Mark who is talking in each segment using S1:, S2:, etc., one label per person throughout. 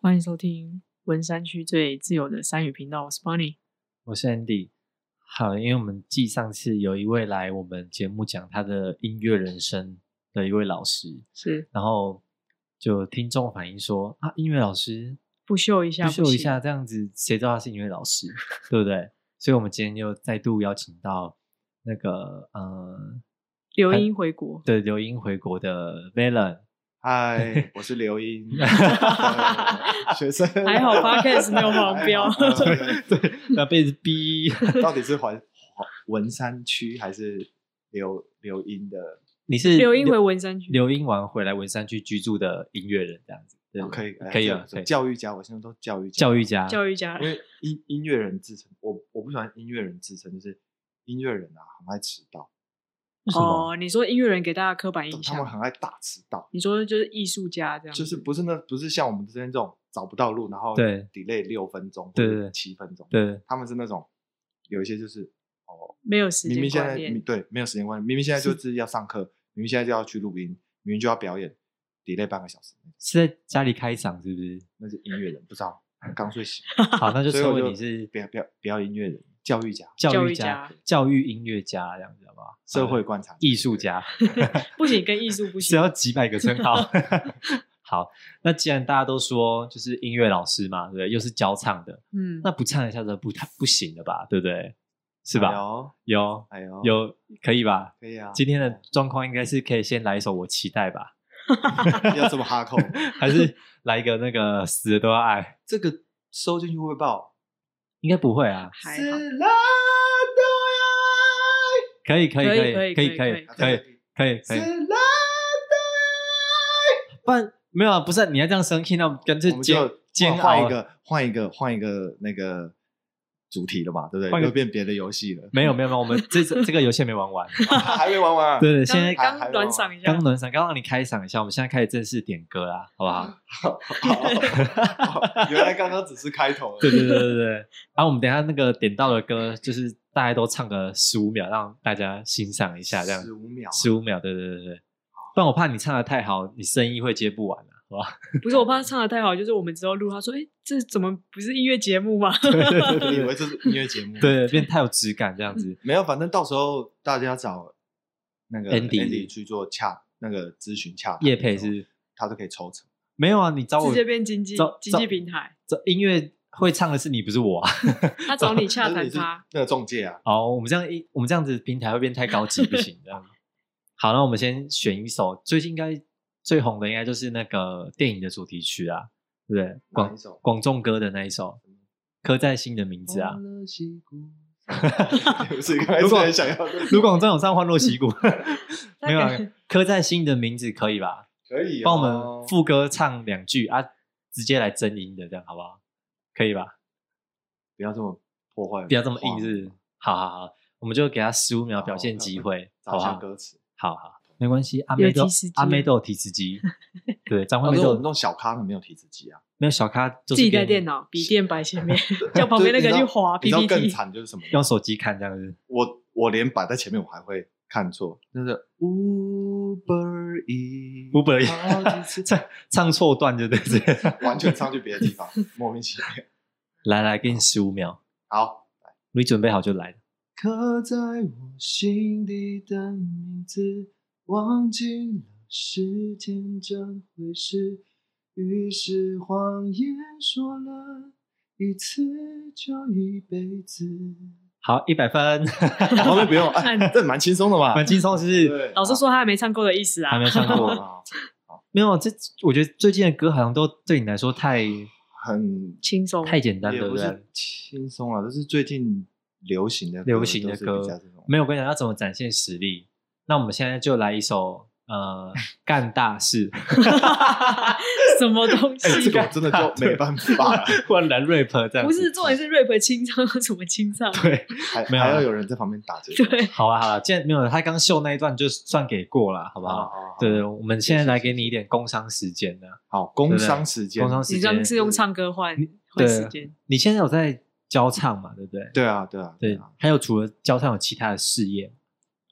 S1: 欢迎收听文山区最自由的山语频道，我是 Bonnie。
S2: 我是 Andy。好，因为我们继上次有一位来我们节目讲他的音乐人生的一位老师，
S1: 是
S2: 然后就听众反映说啊，音乐老师
S1: 不秀一下
S2: 不
S1: 不行，
S2: 秀一下这样子，谁知道他是音乐老师， 对不对？所以我们今天又再度邀请到那个呃，
S1: 留音回国。
S2: 对，留英回国的 Valen，
S3: 嗨，我是刘英，学生
S1: 还好 podcast 没有黄标
S3: 还好嗯
S2: 对，那被逼，
S3: 到底是环环文山区还是刘刘英的？
S2: 你是
S1: 留音回文山区，
S2: 留英完回来文山区居住的音乐人，这样子，对，
S3: 可以哎
S2: 可以啊
S3: 这
S2: 可以
S3: 教育家，我现在都教育
S2: 教育
S3: 家，
S2: 家，
S1: 教育家
S3: 因为音音乐人自称，我我不喜欢音乐人自称，就是音乐人啊，很爱迟到，
S2: 为什么
S1: 哦，你说音乐人给大家刻板印
S3: 他们很
S1: 象，
S3: 爱大迟到，
S1: 你说就是艺术家这样子，
S3: 就是不是那不是像我们之前这种找不到路，然后
S2: 对
S3: delay 六分钟，
S2: 对对对
S3: 七分钟，
S2: 对，
S3: 他们是那种有一些就是哦。
S1: 没有时
S3: 明
S1: 间
S3: 明现在
S1: 观
S3: 明
S1: 念，
S3: 对没有时间观念，明明现在 就是要上课，明明现在就要去录音，明明就要表演，delay 半个小时，
S2: 是在家里开嗓是不是？
S3: 那是音乐人，不知道刚睡醒，
S2: 好，那就
S3: 所以
S2: 称
S3: 我
S2: 为
S3: 就
S2: 你是
S3: 不要不要不要音乐人，教育家，
S2: 教
S1: 教
S2: 育
S1: 育
S2: 家
S1: 家、
S2: 教育音乐家这样子，好不好？
S3: 社会
S2: 好
S3: 观察，
S2: 艺术，家，
S1: 不行，跟艺术 不
S2: 只
S1: 行。
S3: 啊
S2: 要几百个称号。 好，那既然大家都说就是音乐老师嘛，对不对？又是教唱的，
S1: 嗯，
S2: 那不唱一下子不太不行了吧？对不对？是吧？
S3: 有
S2: 有
S3: 哎呦，
S2: 有可以吧？
S3: 可以啊，
S2: 今天的状况应该是可以先来一首《我期待》吧，
S3: 要这么哈扣，
S2: 还是来一个那个死了都要爱？
S3: 这个收进去会不会爆？
S2: 应该不会啊，
S1: 还
S3: 死
S1: 好
S3: 了，都要
S2: 可以可以
S1: 可以
S2: 可
S1: 可
S2: 以可
S1: 以
S2: 以可
S1: 可以
S2: 以可以可以可
S3: 爱，
S2: 以
S3: 死。了
S2: 不然没有啊，不是你要这样生气，那我们干脆
S3: 我们
S2: 煎
S3: 就
S2: 煎
S3: 换
S2: 熬
S3: 一。个换一个换一个那个主题了嘛，对不
S2: 换
S3: 对？
S2: 一个，
S3: 又变别的游戏了
S2: 没有没有没有，我们 这次这个游戏还没玩完。
S3: 还没玩完 啊。
S2: 对对，
S1: 刚
S2: 现在
S3: 还
S1: 刚
S3: 还
S1: 暖
S3: 好
S1: 场一下
S2: 刚，暖场，刚让你开场一下，我们现在开始正式点歌啦，好不好？
S3: 哦原来刚刚只是开头而已，
S2: 对对对对对。然后我们等一下那个点到的歌，就是大家都唱个十五秒，让大家欣赏一下，这样
S3: 十五秒，
S2: 十五秒，对对对对。不然我怕你唱的太好，你声音会接不完啊，好吧？
S1: 不是我怕他唱的太好，就是我们之后录，他说，哎，这怎么不是音乐节目吗？
S3: 你 以为这是音乐节目？，
S2: 对，变太有质感这样子。
S3: 没有，反正到时候大家找那个
S2: Andy
S3: Andy 去做洽那个咨询洽谈
S2: 叶配是不是
S3: 他都可以抽成。
S2: 没有啊，你找我
S1: 直接变经济
S2: 找
S1: 经济平台，
S2: 找音乐会唱的是你，不是我啊。
S1: 他找你洽
S3: 但是
S1: 谈
S3: 你是
S1: 他，，
S3: 那个中介啊，
S2: 好，我们这样一我们这样子平台会变太高级，不行这样。 好，那我们先选一首最近应该最红的，应该就是那个电影的主题曲啊，对不对？
S3: 哪一
S2: 广
S3: 首
S2: 广众歌的那一首《刻在心的名字》啊。
S3: 忘了西谷 不是刚才
S2: 如
S3: 突
S2: 果
S3: 然想要的
S2: 卢广仲有唱《欢乐旗鼓》没有啊？刻在心的名字可以吧？
S3: 可以哦
S2: 帮我们副歌唱两句啊，直接来真音的，这样好不好？可以吧？
S3: 不要这么破坏，
S2: 不要这么硬，是不是？好好好，我们就给他十五秒表现
S3: 好
S2: 机会，好啊不
S3: 找一下
S2: 好？
S3: 歌词。
S2: 好好，没关系，阿妹都
S1: 提司机
S2: 阿妹都有提词机，对，张惠妹
S3: 反正
S2: 都
S3: 我们这
S2: 有
S3: 种小咖的没有提自己啊，
S2: 没有小咖，就
S1: 自
S2: 是
S1: 己带
S2: 边
S1: 电脑笔电摆前面， 叫旁边那
S3: 就
S1: 个
S3: 是
S1: 去
S3: 你知道
S1: 划
S3: 你知道更
S1: PPT。
S3: 惨就是什么吗？
S2: 用手机看这样子，
S3: 我我连摆在前面我还会看错，就是 Uber E
S2: Uber E
S3: 好几次
S2: 唱唱错段就对这样。
S3: 完全上去别的地方，莫名其妙。
S2: 来来，给你十五秒，
S3: 好，
S2: 你准备好就来。
S3: 刻在我心底的名字，忘记了时间这回事，于是谎言说了一次就一辈子。
S2: 好，一百分，
S3: 后面不用，哎，这蛮轻松的嘛。
S2: 蛮轻松，是不是？
S3: 对
S1: 老师说他还没唱够的意思啊
S2: 还，没唱过，
S3: 啊
S2: 没有这，我觉得最近的歌好像都对你来说太
S3: 很
S1: 轻松。
S2: 太简单，
S3: 哦也
S2: 对
S3: 不
S2: 对
S3: 是？轻松啊，就是最近流行的歌
S2: 流行的
S3: 都
S2: 歌
S3: 是比 较这种，
S2: 没有，我跟你讲要怎么展现实力。那我们现在就来一首 呃，干大事，
S1: 什么 东西啊
S3: 哎、？这个我
S2: 干
S3: 真的就没办法 了，
S2: 忽然 rap 这样子，
S1: 不是重点 是 rap 清唱，什么清唱？
S2: 对，
S3: 还
S2: 没有啊
S3: 还要有人在旁边打折，
S1: 对，
S2: 好啊，好啊，既然没有他刚秀那一段，就算给过了，好不好？
S3: 好
S2: 对对，我们现在来给你一点工伤时间啊呢、
S3: 好，
S2: 对
S3: 工
S2: 不对
S3: 商时间，
S2: 工商时
S1: 你
S2: 间
S1: 刚刚是用唱歌换
S2: 你
S1: 换
S2: 对啊
S1: 时间，
S2: 你现在有在教唱嘛？对不对？
S3: 对啊，对啊，
S2: 对
S3: 啊，，
S2: 还有除了教唱，有其他的事业吗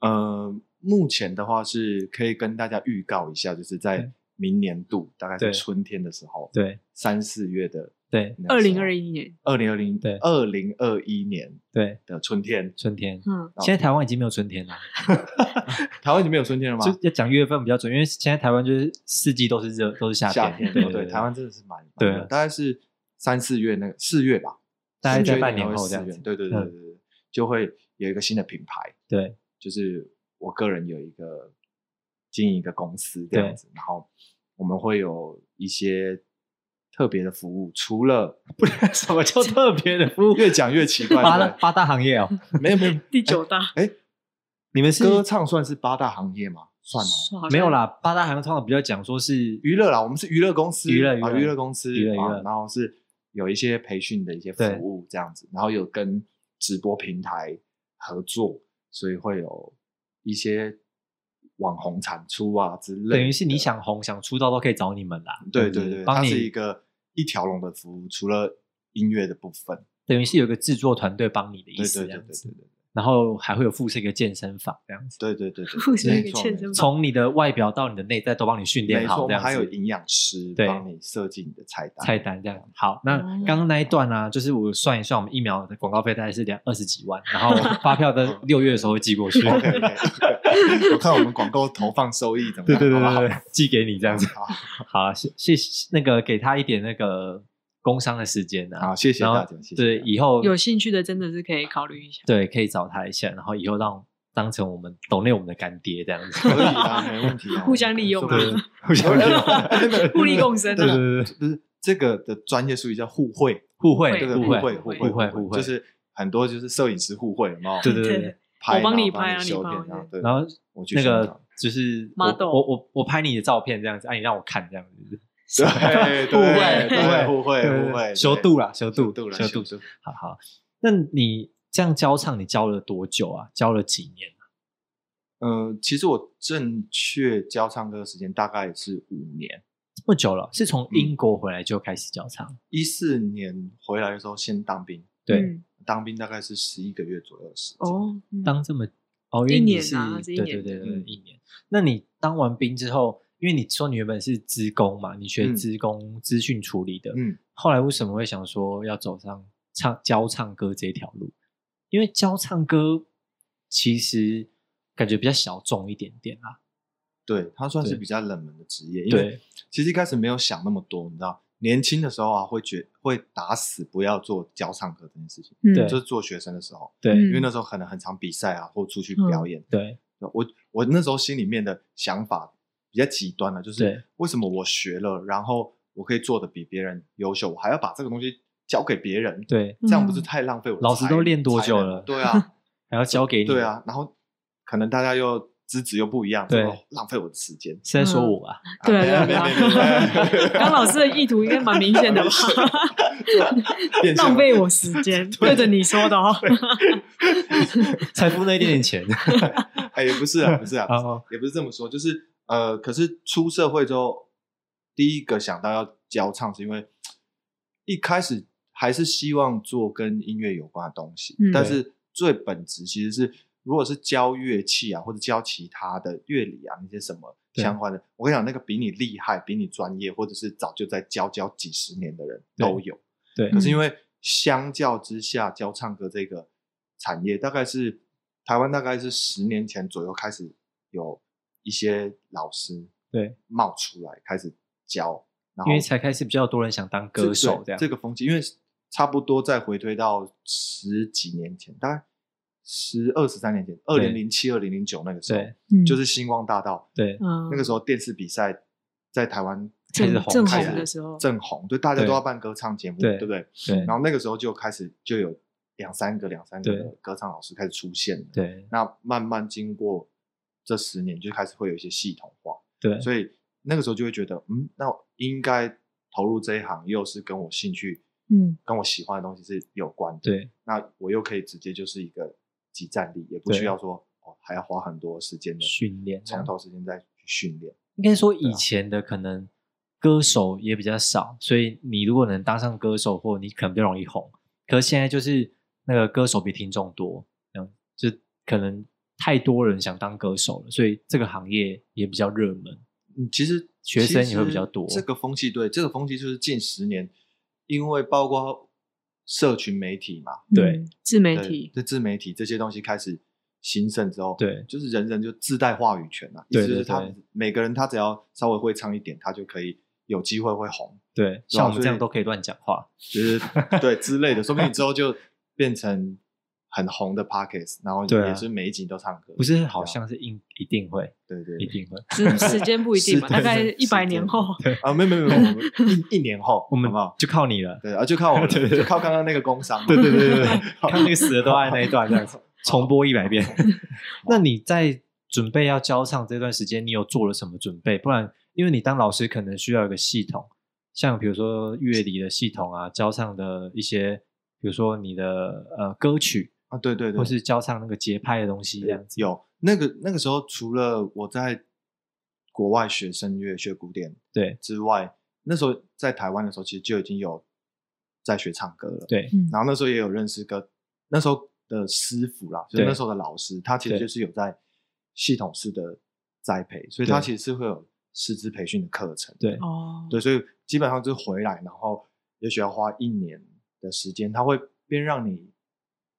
S3: 呃，目前的话是可以跟大家预告一下，就是在
S2: 对
S3: 明年度，大概
S2: 嗯对
S3: 是春天的时候，
S2: 对
S3: 三四月的
S2: 对
S1: 二零二一年，
S3: 二零二零
S2: 对
S3: 二零二一年
S2: 对，
S3: 的春天，
S2: 春天。
S1: 嗯，
S3: 哦
S2: 现在台湾已经没有春天了，
S3: 台湾已经没有春天了吗？
S2: 就要讲月份比较准，因为现在台湾就是四季都是热，都是夏
S3: 夏
S2: 天。
S3: 对
S2: 对对，
S3: 台湾真的是蛮
S2: 对
S3: 蛮热的大概是三四月那个四月吧，
S2: 大概
S3: 四
S2: 在
S3: 月
S2: 半
S3: 底
S2: 年
S3: 还会
S2: 后
S3: 四
S2: 这样
S3: 月
S2: 子。
S3: 对对对对
S2: 嗯
S3: 对，对就会有一个新的品牌，
S2: 对
S3: 就是我个人有一个经营一个公司这样
S2: 对
S3: 子，然后我们会有一些特别的服务，除 了不然什么叫特别的服务？越讲越奇怪，
S2: 八大
S3: 对
S2: 八大行业哦，
S3: 不对没有没有，哎
S1: 第九大，
S2: 你们是
S3: 歌唱算是八大行业吗？算哦，
S1: 好像
S2: 没有，啦？八大行业通常比较讲说是
S3: 娱乐啦，我们是娱乐公司，
S2: 娱乐
S3: 啊
S2: 娱乐
S3: 娱乐公司，
S2: 娱乐娱
S3: 啊
S2: 乐
S3: 然后是有一些培训的一些服
S2: 对
S3: 务这样子，然后有跟直播平台合作，所以会有一些网红产出啊之类的，
S2: 等于是你想红想出道都可以找你们啦。
S3: 对
S2: 就是
S3: 对对，它
S2: 帮
S3: 是一
S2: 你
S3: 个一条龙的服务，除了音乐的部分，
S2: 等于是有一个制作团队帮你的意
S3: 对
S2: 思
S3: 对
S2: 这
S3: 对对
S2: 样子
S3: 对，
S2: 然后还会有附设一个健身房这样子，
S3: 对对对对对，
S1: 附设一个
S3: 没错
S1: 健
S3: 没
S1: 身
S3: 错
S2: 从你的外表到你的内在都帮你训
S3: 没
S2: 练
S3: 错，
S2: 好
S3: 我
S2: 这
S3: 们
S2: 样
S3: 还有
S2: 子。
S3: 营养师
S2: 对
S3: 帮你设计你的菜单，
S2: 菜单这样好，那
S1: 哦
S2: 刚刚那一段呢、啊，就是我算一算，我们疫苗的广告费大概是两二十几万，然后发票 的六月的时候会寄过去，
S3: OK，OK，我看我们广告投放收益怎么
S2: 对
S3: 样？
S2: 对对
S3: 好不好
S2: 对对，寄给你这样子。
S3: 好
S2: 好，啊谢谢谢那个给他一点那个工商的时间啊，
S3: 好，谢谢
S2: 然后
S3: 大家，谢谢
S2: 对
S3: 大家
S2: 以后
S1: 有兴趣的真的是可以考虑 一下。
S2: 对可以找他一下，然后以后让当成我们抖内我们的干爹这样子。
S3: 可以啊，没问题啊，
S1: 互相利用啊
S3: 对
S2: 互相
S3: 对对
S1: 互利共生
S3: 对
S1: 啊！
S2: 对对，
S3: 不是这个的专业术语叫互惠，
S2: 互惠
S1: 对
S3: 这
S1: 对
S3: 个
S2: 互
S3: 互
S2: 惠
S3: 惠
S1: 互惠
S2: 互惠
S3: 惠
S2: 互惠，
S3: 就是很多就是摄影师互惠，有没有？
S2: 对对
S1: 嗯
S2: 对对。
S3: 拍，
S1: 我帮你
S3: 然后
S1: 拍啊你
S3: 修
S1: 帮我
S3: 片然后
S1: 拍
S3: 对，
S2: 然后
S3: 我去
S2: 那
S3: 现
S2: 个
S3: 场
S2: 就是我
S1: Model
S2: 我我我拍你的照片这样子，啊，你让我看这样子，
S3: 对
S2: 互惠
S3: 对
S2: 互
S3: 互惠
S2: 对对
S3: 互惠，
S2: 修
S3: 对
S2: 度啦修度
S3: 度啦
S2: 修
S3: 修
S2: 度，好好。那你这样教唱，你教了多久啊？教了几年？
S3: 呃，其实我正确教唱歌的时间大概是五年，
S2: 这么久了，是
S3: 嗯
S2: 从英国回来就开始教唱？
S3: 一四年回来的时候先当兵，
S2: 对，
S1: 嗯
S3: 当兵大概是十一个月左右的时间。
S1: 哦，嗯
S2: 当这么哦，因
S1: 一
S2: 为你
S1: 年
S2: 是
S1: 啊是
S2: 对
S1: 一
S2: 对
S1: 年
S2: 对对
S3: 嗯
S2: 一年。那你当完兵之后，因为你说你原本是资工嘛，你学
S3: 嗯
S2: 资工资讯处理的，
S3: 嗯，
S2: 后来为什么会想说要走上唱教唱歌这条路？因为教唱歌其实感觉比较小众一点点啊。
S3: 对，它算是
S2: 对
S3: 比较冷门的职业，因为
S2: 对
S3: 其实一开始没有想那么多，你知道，年轻的时候啊，会觉会打死不要做教唱歌这件事情，
S1: 嗯
S2: 对嗯
S3: 就是做学生的时候，
S2: 对
S3: 因为那时候可能很常比赛啊，或出去
S2: 嗯
S3: 表演。
S2: 对
S3: 我我那时候心里面的想法比较极端了，就
S2: 对
S3: 是为什么我学了，然后我可以做的比别人优秀，我还要把这个东西交给别人，，
S2: 对，
S3: 这样不是太浪费我的
S2: 嗯老师
S3: 才
S2: 都练多
S3: 才
S2: 久
S3: 能
S2: 了
S3: 对 啊，
S2: 还要教给你，
S3: 对，啊，然后可能大家又资质又不一样，
S2: 对
S3: 怎么浪费我的时间。
S2: 是在说我吧？
S1: 对啊对
S3: 啊
S1: 啊
S3: 没
S1: 对
S3: 有
S1: 啊
S3: 没有没有，
S1: 刚老师的意图应该蛮明显的吧？
S3: 变相
S1: 浪费我时间，对着你说的哦。
S2: 才付那一点点 钱。
S3: 哎，也不是啊，不是 啊，
S2: 哦，
S3: 也不是这么说，就是呃，可是出社会之后，第一个想到要教唱，是因为一开始还是希望做跟音乐有关的东西，
S1: 嗯
S3: 但是最本质其实是，如果是教乐器啊，或者教其他的乐理啊那些什么
S2: 对
S3: 相关的，我跟你讲，那个比你厉害、比你专业，或者是早就在教教几十年的人
S2: 对
S3: 都有。
S2: 对
S3: 可是因为相较之下，教唱歌这个产业大概是台湾大概是十年前左右开始有一些老师
S2: 对，
S3: 冒出来开始教，然后
S2: 因为才开始比较多人想当歌手这
S3: 对
S2: 样。
S3: 这个风气，因为差不多再回推到十几年前，大概十二十三年前，二零零七、二零零九那个时候
S2: 对，
S1: 嗯
S3: 就是星光大道
S2: 对
S1: 那
S3: 那个时候电视比赛在台湾
S2: 开始
S1: 正
S2: 红
S1: 正
S2: 开
S1: 红
S2: 始
S1: 的时候，
S3: 正红，对大家
S2: 对
S3: 都要办歌唱节目，
S2: 对
S3: 对不对？
S2: 对
S3: 然后那个时候就开始就有两三个、两三个
S2: 对
S3: 的歌唱老师开始出现了。
S2: 对
S3: 那慢慢经过这十年，就开始会有一些系统化，
S2: 对，
S3: 所以那个时候就会觉得，嗯，那我应该投入这一行，又是跟我兴趣、
S1: 嗯，
S3: 跟我喜欢的东西是有关的。
S2: 对
S3: 那我又可以直接就是一个集战力，也不
S2: 对
S3: 需要说哦还要花很多时间的
S2: 训练这
S3: 从
S2: 样
S3: 头时间再去训练。
S2: 应该
S3: 啊
S2: 说以前的可能歌手也比较少，所以你如果能当上歌手，或你可能比较容易红。可是现在就是那个歌手比听众多，嗯，就可能太多人想当歌手了，所以这个行业也比较热门。
S3: 嗯，其实
S2: 学生
S3: 其
S2: 也会比较
S3: 实
S2: 多
S3: 这个风气对，这个风气就是近十年，因为包括社群媒体嘛，
S2: 对
S1: 嗯自媒
S3: 对
S1: 体，
S3: 这自媒体这些东西开始兴盛之后，，
S2: 对
S3: 就是人人就自带话语权了、啊意
S2: 对
S3: 思就是
S2: 对
S3: 他
S2: 对
S3: 每个人他只要稍微会唱一点，他就可以有机会会红，
S2: 对，像我们
S3: 啊所
S2: 这样
S3: 以
S2: 都可以乱讲话，
S3: 就是 对之类的，说不定你之后就变成很红的 pockets，然后
S2: 对啊
S3: 也是每一集都唱歌，
S2: 不是好像是一一定会
S3: 对啊对
S2: 一
S3: 对
S2: 定会。
S1: 时时间不一定嘛，
S3: 是
S1: 大概
S3: 对
S1: 一百年
S3: 是
S1: 后，
S3: 啊，没有没有没有，我们一一年后
S2: 我们
S3: 好不好？
S2: 就靠你了，
S3: 对啊，就靠我们，
S2: 对对对
S3: 就靠刚刚那个工商嘛，
S2: 对对对对对
S3: 好
S2: 看那个死的都爱那一段这样子，重播一百遍。那你在准备要交唱这段时间，你有做了什么准备？不然，因为你当老师可能需要一个系统，像比如说乐理的系统啊，交唱的一些，比如说你的呃歌曲，
S3: 啊，对对对，
S2: 或是交唱那个节拍的东西这样子。
S3: 有那个那个时候，除了我在国外学声乐、学古典
S2: 对
S3: 之外，那时候在台湾的时候，其实就已经有在学唱歌了。，
S2: 对
S1: 嗯
S3: 然后那时候也有认识个那时候的师傅啦，就是
S2: 对
S3: 那时候的老师，他其实
S2: 对
S3: 就是有在系统式的栽培，所以他
S2: 对
S3: 其实是会有师资培训的课程。
S2: 对
S1: 哦，
S3: 对，所以基本上就是回来，然后也许要花一年的时间，他会边让你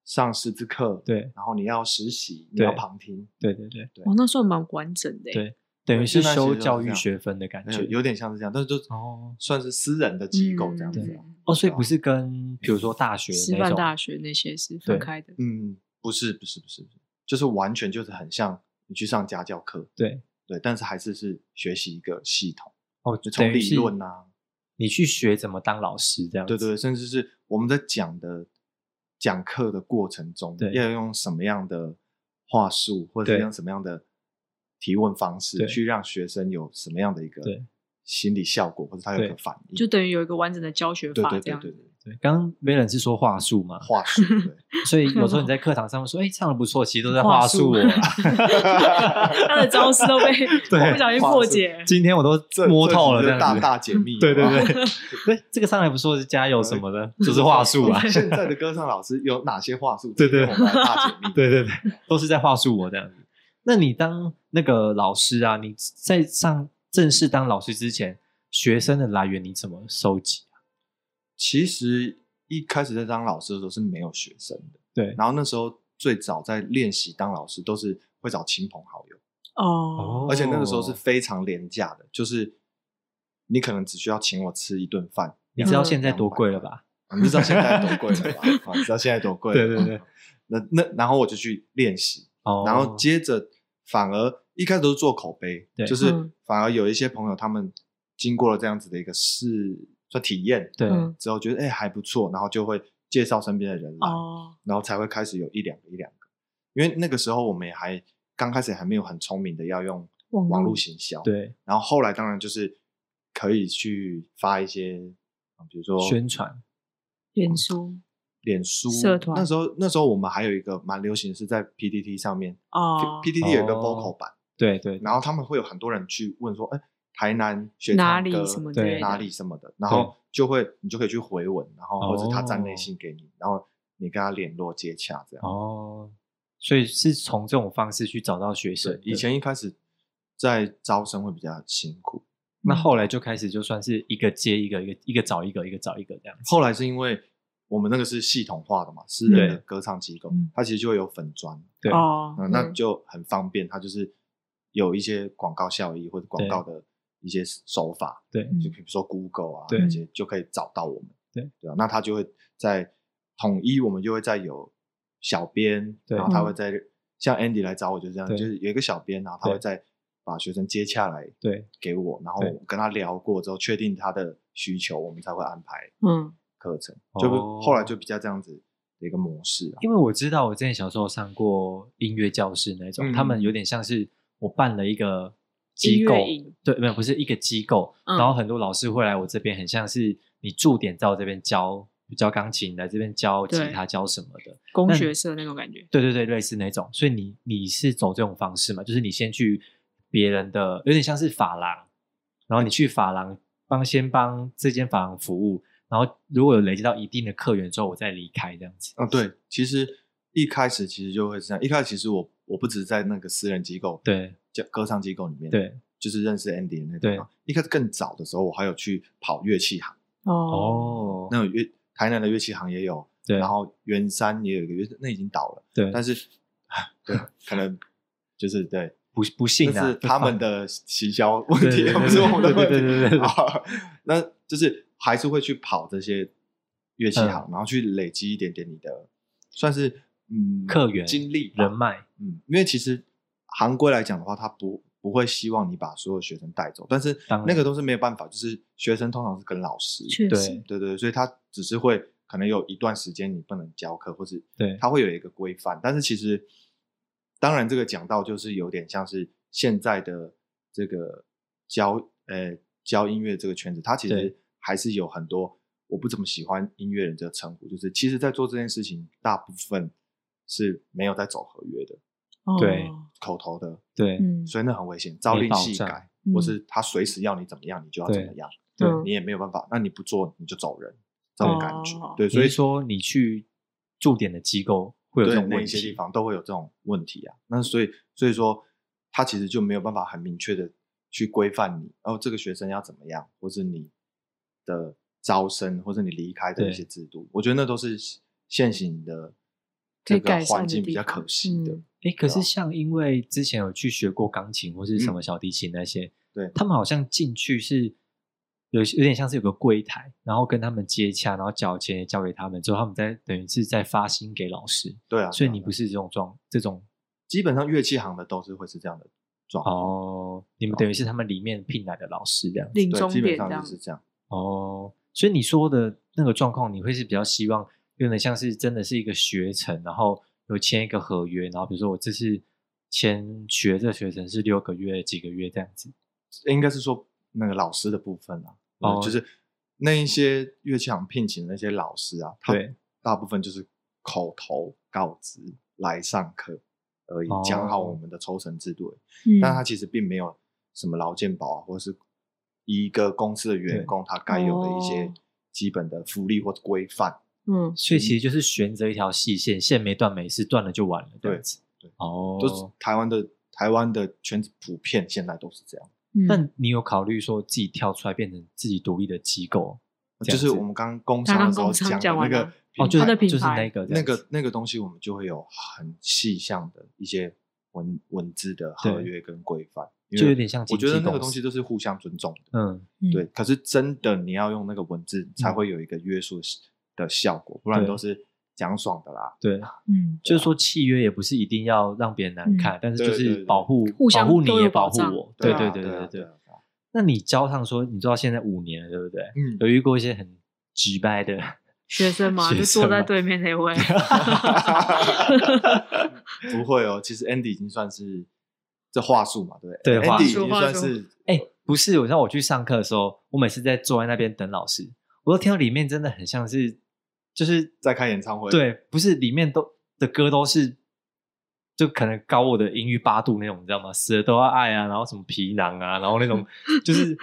S3: 上师资课，
S2: 对
S3: 然后你要实习，你要
S2: 对
S3: 旁听。
S2: 对对对，
S1: 哦，那算蛮完整的耶。欸
S2: 对等于
S3: 对
S2: 是
S3: 现在其
S2: 修
S3: 实就是
S2: 教
S3: 这
S2: 育
S3: 样
S2: 学分的感
S3: 有
S2: 觉。
S3: 哎有点像是这样，但是就
S2: 哦
S3: 算是私人的机构这样子啊。
S1: 嗯
S2: 哦，所以不是跟比如说大学
S1: 师
S2: 那
S1: 范
S2: 种
S1: 大学那些是
S2: 对
S1: 分开的。
S3: 嗯，不是不是不是不是，就是完全就是很像你去上家教课，
S2: 对
S3: 对，但是还是是学习一个系统，
S2: 哦，
S3: 就从
S2: 等于
S3: 理
S2: 是
S3: 论啊，
S2: 你去学怎么当老师这样子。
S3: 对对，甚至是我们在讲的讲课的过程中
S2: 对，
S3: 要用什么样的话术，或者
S2: 对
S3: 是用什么样的提问方式
S2: 对，
S3: 去让学生有什么样的一个
S2: 对
S3: 心理效果，或者他有
S2: 对
S3: 个反应，
S1: 就等于有一个完整的教学
S3: 对
S1: 法
S3: 对
S1: 这
S3: 对
S1: 样
S3: 对
S1: 子。
S3: 对，
S2: 对，刚刚 v a l e n 是说话术嘛，
S3: 话 术对。
S2: 所以有时候你在课堂上说，哎、唱的不错，其实都在
S1: 话
S2: 话术哦
S1: 术
S2: 我啦。
S1: 他的招式都被
S2: 对
S1: 不小心破解。
S2: 今天我都
S3: 这
S2: 摸透了，
S3: 这
S2: 这
S3: 集
S2: 样
S3: 就大
S2: 子 。
S3: 大解密啊
S2: 对对
S3: 好不 好，。
S2: 对，对这个上来不错，是加油什么的，就是话术啊
S3: 现在的歌唱老师有哪些话术？
S2: 对对
S3: 今天我们来大解 密。
S2: 对对对，都是在话术我这样子。那你当那个老师啊，你在上正式当老师之前，学生的来源你怎么收集？
S3: 其实一开始在当老师的时候是没有学生的，
S2: 对，
S3: 然后那时候最早在练习当老师都是会找亲朋好友，
S1: 哦
S2: 啊
S3: 而且那个时
S2: 哦
S3: 候是非常廉价的，就是你可能只需要请我吃一顿饭。
S2: 你知道
S1: 嗯
S2: 现在多贵了吧？
S3: 你知道现在多 贵了吧？啊你知道现在多贵了
S2: 对
S3: 吧？
S2: 对对
S3: 那那然后我就去练习，
S2: 哦，
S3: 然后接着反而一开始都是做口碑
S2: 对，
S3: 就是
S1: 嗯
S3: 反而有一些朋友他们经过了这样子的一个试算体验
S2: 对、
S1: 嗯
S3: 之后，觉得哎、还不错，然后就会介绍身边的人来，
S1: 哦，
S3: 然后才会开始有一两个一两个，因为那个时候我们也还刚开始还没有很聪明的要用
S1: 网络
S3: 网络行销，，
S2: 对，
S3: 然后后来当然就是可以去发一些，嗯比如说
S2: 宣传
S1: 脸书
S3: 脸书
S1: 社团
S3: 那时候那时候我们还有一个蛮流行的是在 PTT 上面、
S1: 哦，
S3: p t t 有一个
S2: 哦
S3: vocal 版。
S2: 对对
S3: 然后他们会有很多人去问说，哎，台南学
S1: 哪
S3: 唱
S1: 里
S3: 歌
S1: 什么
S2: 之类的
S3: 哪里什么的，然后就会你就可以去回文，然后或者他站内
S2: 哦
S3: 信给你，然后你跟他联络接洽这样。
S2: 哦，所以是从这种方式去找到学生
S3: 对
S2: 的。，
S3: 以前一开始在招生会比较辛苦，
S1: 嗯
S2: 那后来就开始就算是一个接一个，一个一个找一个，一个找一个这样子。
S3: 后来是因为我们那个是系统化的嘛，私人的
S2: 对
S3: 歌唱机构
S1: 嗯，
S3: 它其实就会有粉砖，
S2: 对
S1: 哦
S3: 嗯，，那就很方便，它就是有一些广告效益或者广
S2: 对
S3: 告的一些手法，
S2: 对
S3: 就比如说 Google 啊，
S2: 对
S3: 那些就可以找到我们。
S2: 对
S3: 对啊，那他就会在统一，我们就会再有小编，
S2: 对
S3: 然后他
S1: 嗯
S3: 会在像 Andy 来找我，就是这样，
S2: 对
S3: 就是有一个小编，然后他
S2: 对
S3: 会再把学生接洽来
S2: 对
S3: 给我，然后
S2: 对
S3: 我跟他聊过之后，确定他的需求，我们才会安排
S1: 嗯
S3: 课程，
S2: 哦
S3: 就后来就比较这样子的一个模式啊。
S2: 因为我知道我之前小时候上过音乐教室那种，
S3: 嗯
S2: 他们有点像是我办了一个
S1: 音
S2: 机
S1: 乐
S2: 构
S1: 营，
S2: 对，没有不是一个机构，
S1: 嗯
S2: 然后很多老师会来我这边，很像是你驻点在我这边教教钢琴，来这边教吉
S1: 对
S2: 他教什么的。
S1: 工
S2: 那
S1: 学社那种感觉。
S2: 对对对，类似那种。所以你你是走这种方式嘛？就是你先去别人的，有点像是发廊，然后你去发廊帮先帮这间发廊服务，然后如果有累积到一定的客源之后，我再离开这样子。
S3: 啊，对，其实一开始其实就会是这样，一开始其实我我不只是在那个私人机构
S2: 对
S3: 叫歌唱机构里面，
S2: 对
S3: 就是认识 Andy 的那地
S2: 对
S3: 方。一开始更早的时候，我还有去跑乐器行，
S1: 哦，
S2: 哦，
S3: 那有乐台南的乐器行也有，
S2: 对，
S3: 然后圆山也有一个乐，那已经倒了，
S2: 对，
S3: 但是对，可能就是对，
S2: 不不
S3: 这
S2: 信啊，
S3: 是他们的行销问
S2: 对
S3: 题，
S2: 对对
S3: 不是我们的问题。
S2: 对对对对对
S3: 啊那就是还是会去跑这些乐器行，
S2: 嗯
S3: 然后去累积一点点你的，算是嗯
S2: 客源
S3: 经历吧
S2: 人脉，
S3: 嗯，因为其实行规来讲的话，他不不会希望你把所有学生带走，但是
S2: 当然
S3: 那个都是没有办法，就是学生通常是跟老师，
S1: 确实
S2: 对，
S3: 对对，对所以他只是会可能有一段时间你不能教课，或是
S2: 对，
S3: 它会有一个规范，但是其实当然这个讲到就是有点像是现在的这个教呃教音乐这个圈子，它其实
S2: 对
S3: 还是有很多我不怎么喜欢音乐人这个称呼，就是其实在做这件事情，大部分是没有在走合约的，
S2: 对
S1: 哦
S3: 口头的，
S2: 对，
S1: 嗯，
S3: 所以那很危险，朝令
S2: 保
S3: 夕
S2: 障
S3: 改，
S1: 嗯
S3: 或是他随时要你怎么样，你就要怎么样，
S2: 对
S1: 嗯
S3: 你也没有办法，那你不做你就走人，这种感觉，
S1: 哦
S3: 对，所
S2: 所以
S3: 以
S2: 说你去驻点的机构会有这
S3: 对
S2: 种
S3: 那
S2: 问
S3: 一些地
S2: 题，
S3: 方都会有这种问题啊。那所以所以说，他其实就没有办法很明确的去规范你，哦，这个学生要怎么样，或是你的招生，或是你离开的一
S2: 对
S3: 些制度，我觉得那都是现行的
S1: 可
S3: 这
S1: 以
S3: 个
S1: 改善
S3: 环
S1: 的
S3: 境比
S1: 地
S3: 较
S1: 方
S3: 可惜的
S1: 嗯。
S2: 哎，
S3: 啊
S2: 可是像因为之前有去学过钢琴或是
S3: 嗯
S2: 什么小提琴那些，
S3: 对
S2: 他们好像进去是有有点像是有个柜台，然后跟他们接洽，然后缴钱也交给他们，之后他们再等于是在发薪给老师，
S3: 对啊，
S2: 所以
S3: 对啊
S2: 你
S3: 对啊
S2: 不是这种状这种
S3: 基本上乐器行的都是会是这样的状况，
S2: 哦，你们等于是他们里面聘来的老师这样
S1: 领
S3: 对，
S1: 终
S3: 基本
S1: 点
S3: 上
S1: 这样
S3: 就，是这样。
S2: 哦，所以你说的那个状况，你会是比较希望有点像是真的是一个学程，然后有签一个合约，然后比如说我这次签学这学程是六个月、几个月这样子。
S3: 应该是说那个老师的部分啊，
S2: 哦
S3: 就是那一些乐器行聘请的那些老师啊，他
S2: 对
S3: 大部分就是口头告知来上课而已
S2: 哦，
S3: 讲、好我们的抽成制度而已，
S1: 嗯
S3: 但他其实并没有什么劳健保啊，或者是一个公司的员工他该有的一些
S1: 哦
S3: 基本的福利或规范。
S1: 嗯，
S2: 所以其实就是悬着一条细线，线没断没事，断了就完了这样子。
S3: 对对
S2: 哦，
S3: 就是台湾的台湾的圈子普遍现在都是这样。
S1: 嗯
S2: 那你有考虑说自己跳出来变成自己独立的机构？这
S3: 就
S2: 样
S3: 是
S2: 子
S3: 我们刚刚工商的时候
S1: 刚刚工商
S3: 讲
S1: 讲
S3: 的那
S1: 完
S3: 个
S1: 了
S3: 品
S2: 哦，就
S1: 他的
S2: 是
S1: 品
S2: 就是
S1: 牌
S2: 那个这
S3: 那
S2: 样子
S3: 个那个东西，我们就会有很细项的一些文文字的合
S2: 对
S3: 约跟规范，因
S2: 就
S3: 为
S2: 有点像
S3: 我
S2: 经纪
S3: 觉得那个
S2: 公
S3: 东
S2: 司
S3: 西都是互相尊重的，
S2: 嗯，
S1: 嗯
S3: 对。可是真的你要用那个文字，才
S2: 嗯
S3: 会有一个约束的效果，不然
S2: 对
S3: 都是讲爽的啦。
S2: 对，
S1: 嗯，
S2: 就是说契约也不是一定要让别人难看，但是就
S3: 啊对对
S2: 是
S3: 对
S2: 保护
S1: 互相
S2: 保护你
S1: 都有
S2: 也保
S1: 保
S2: 护
S1: 障
S2: 我，对
S3: 啊
S2: 对
S3: 对
S2: 对
S3: 啊
S2: 对
S3: 对啊，对啊
S2: 那你交上说，你做到现在五年了，对不对？
S3: 嗯
S2: 有，遇过一些很直白的，
S1: 学生嘛，
S2: 学
S1: 就
S2: 生
S1: 坐在
S2: 嘛
S1: 对面那 位，
S3: 不会哦。其实 Andy 已经算是这话术嘛，对不
S2: 对话
S3: a n d y 已
S1: 术
S3: 经
S1: 话
S3: 算
S1: 术
S3: 是
S2: 哎，不是，我知道我去上课的时候，我每次在坐在那边等老师，我都听到里面真的很像是，就是
S3: 在开演唱会，
S2: 对，不是里面都的歌都是，就可能高我的音域八度那种，你知道吗？死了都要爱啊，然后什么皮囊啊，然后那 种就是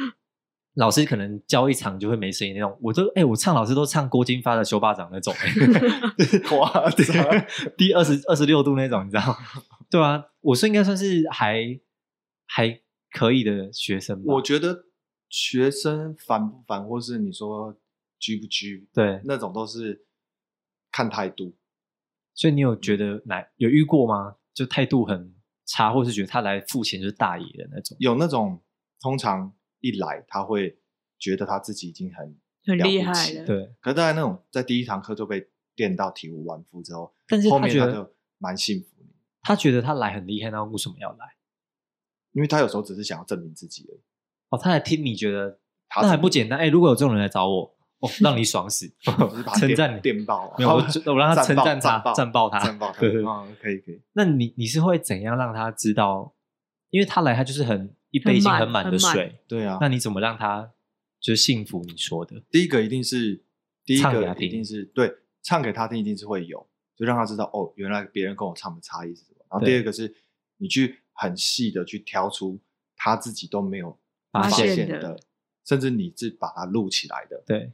S2: 老师可能教一场就会没声音那种，我都哎、我唱老师都唱郭金发的《修巴掌》那 种、
S3: 夸张，
S2: 第二十二十六度那种，你知道吗？ 对啊，我是应该算是还还可以的学生吧。
S3: 我觉得学生烦不烦，或是你说拘不拘，
S2: 对，
S3: 那种都是看态度。
S2: 所以你有
S3: 嗯
S2: 觉得哪有遇过吗？就态度很差，或是觉得他来付钱就是大爷的那种？
S3: 有那种通常一来他会觉得他自己已经很，
S1: 很厉
S3: 了不
S1: 害
S3: 起
S1: 的，
S2: 对，
S3: 可是当然那种在第一堂课就被电到体无完肤之后，
S2: 但是
S3: 后
S2: 他
S3: 面
S2: 觉
S3: 他
S2: 得
S3: 就蛮信服你，
S2: 他觉得他来很厉害，那为什么要来？
S3: 因为他有时候只是想要证明自己而已。
S2: 哦，他来听你觉得
S3: 他
S2: 那还
S3: 只
S2: 不简单？哎，如果有这种人来找我，哦，让你爽死，
S3: 只是把他
S2: 称
S3: 电
S2: 赞你。
S3: 电爆啊，
S2: 没 有，我就我让他称赞他，
S3: 赞
S2: 赞爆他，
S3: 赞爆他，
S2: 对对对
S3: 嗯，可以可以。
S2: 那你你是会怎样让他知道？因为他来，他就是很一杯已经
S1: 很满
S2: 很满的
S1: 很满
S2: 水，
S3: 对啊，
S2: 那你怎么让他就是信服你说的？
S3: 第一个一定是第一
S2: 唱给他
S3: 个
S2: 听
S3: 一定是对唱给他听，一定是会有，就让他知道哦，原来别人跟我唱的差异是什么。然后
S2: 对
S3: 第二个是你去很细的去挑出他自己都没有
S2: 发
S1: 现
S3: 现
S1: 的
S3: 的，甚至你是把它录起来的。
S2: 对，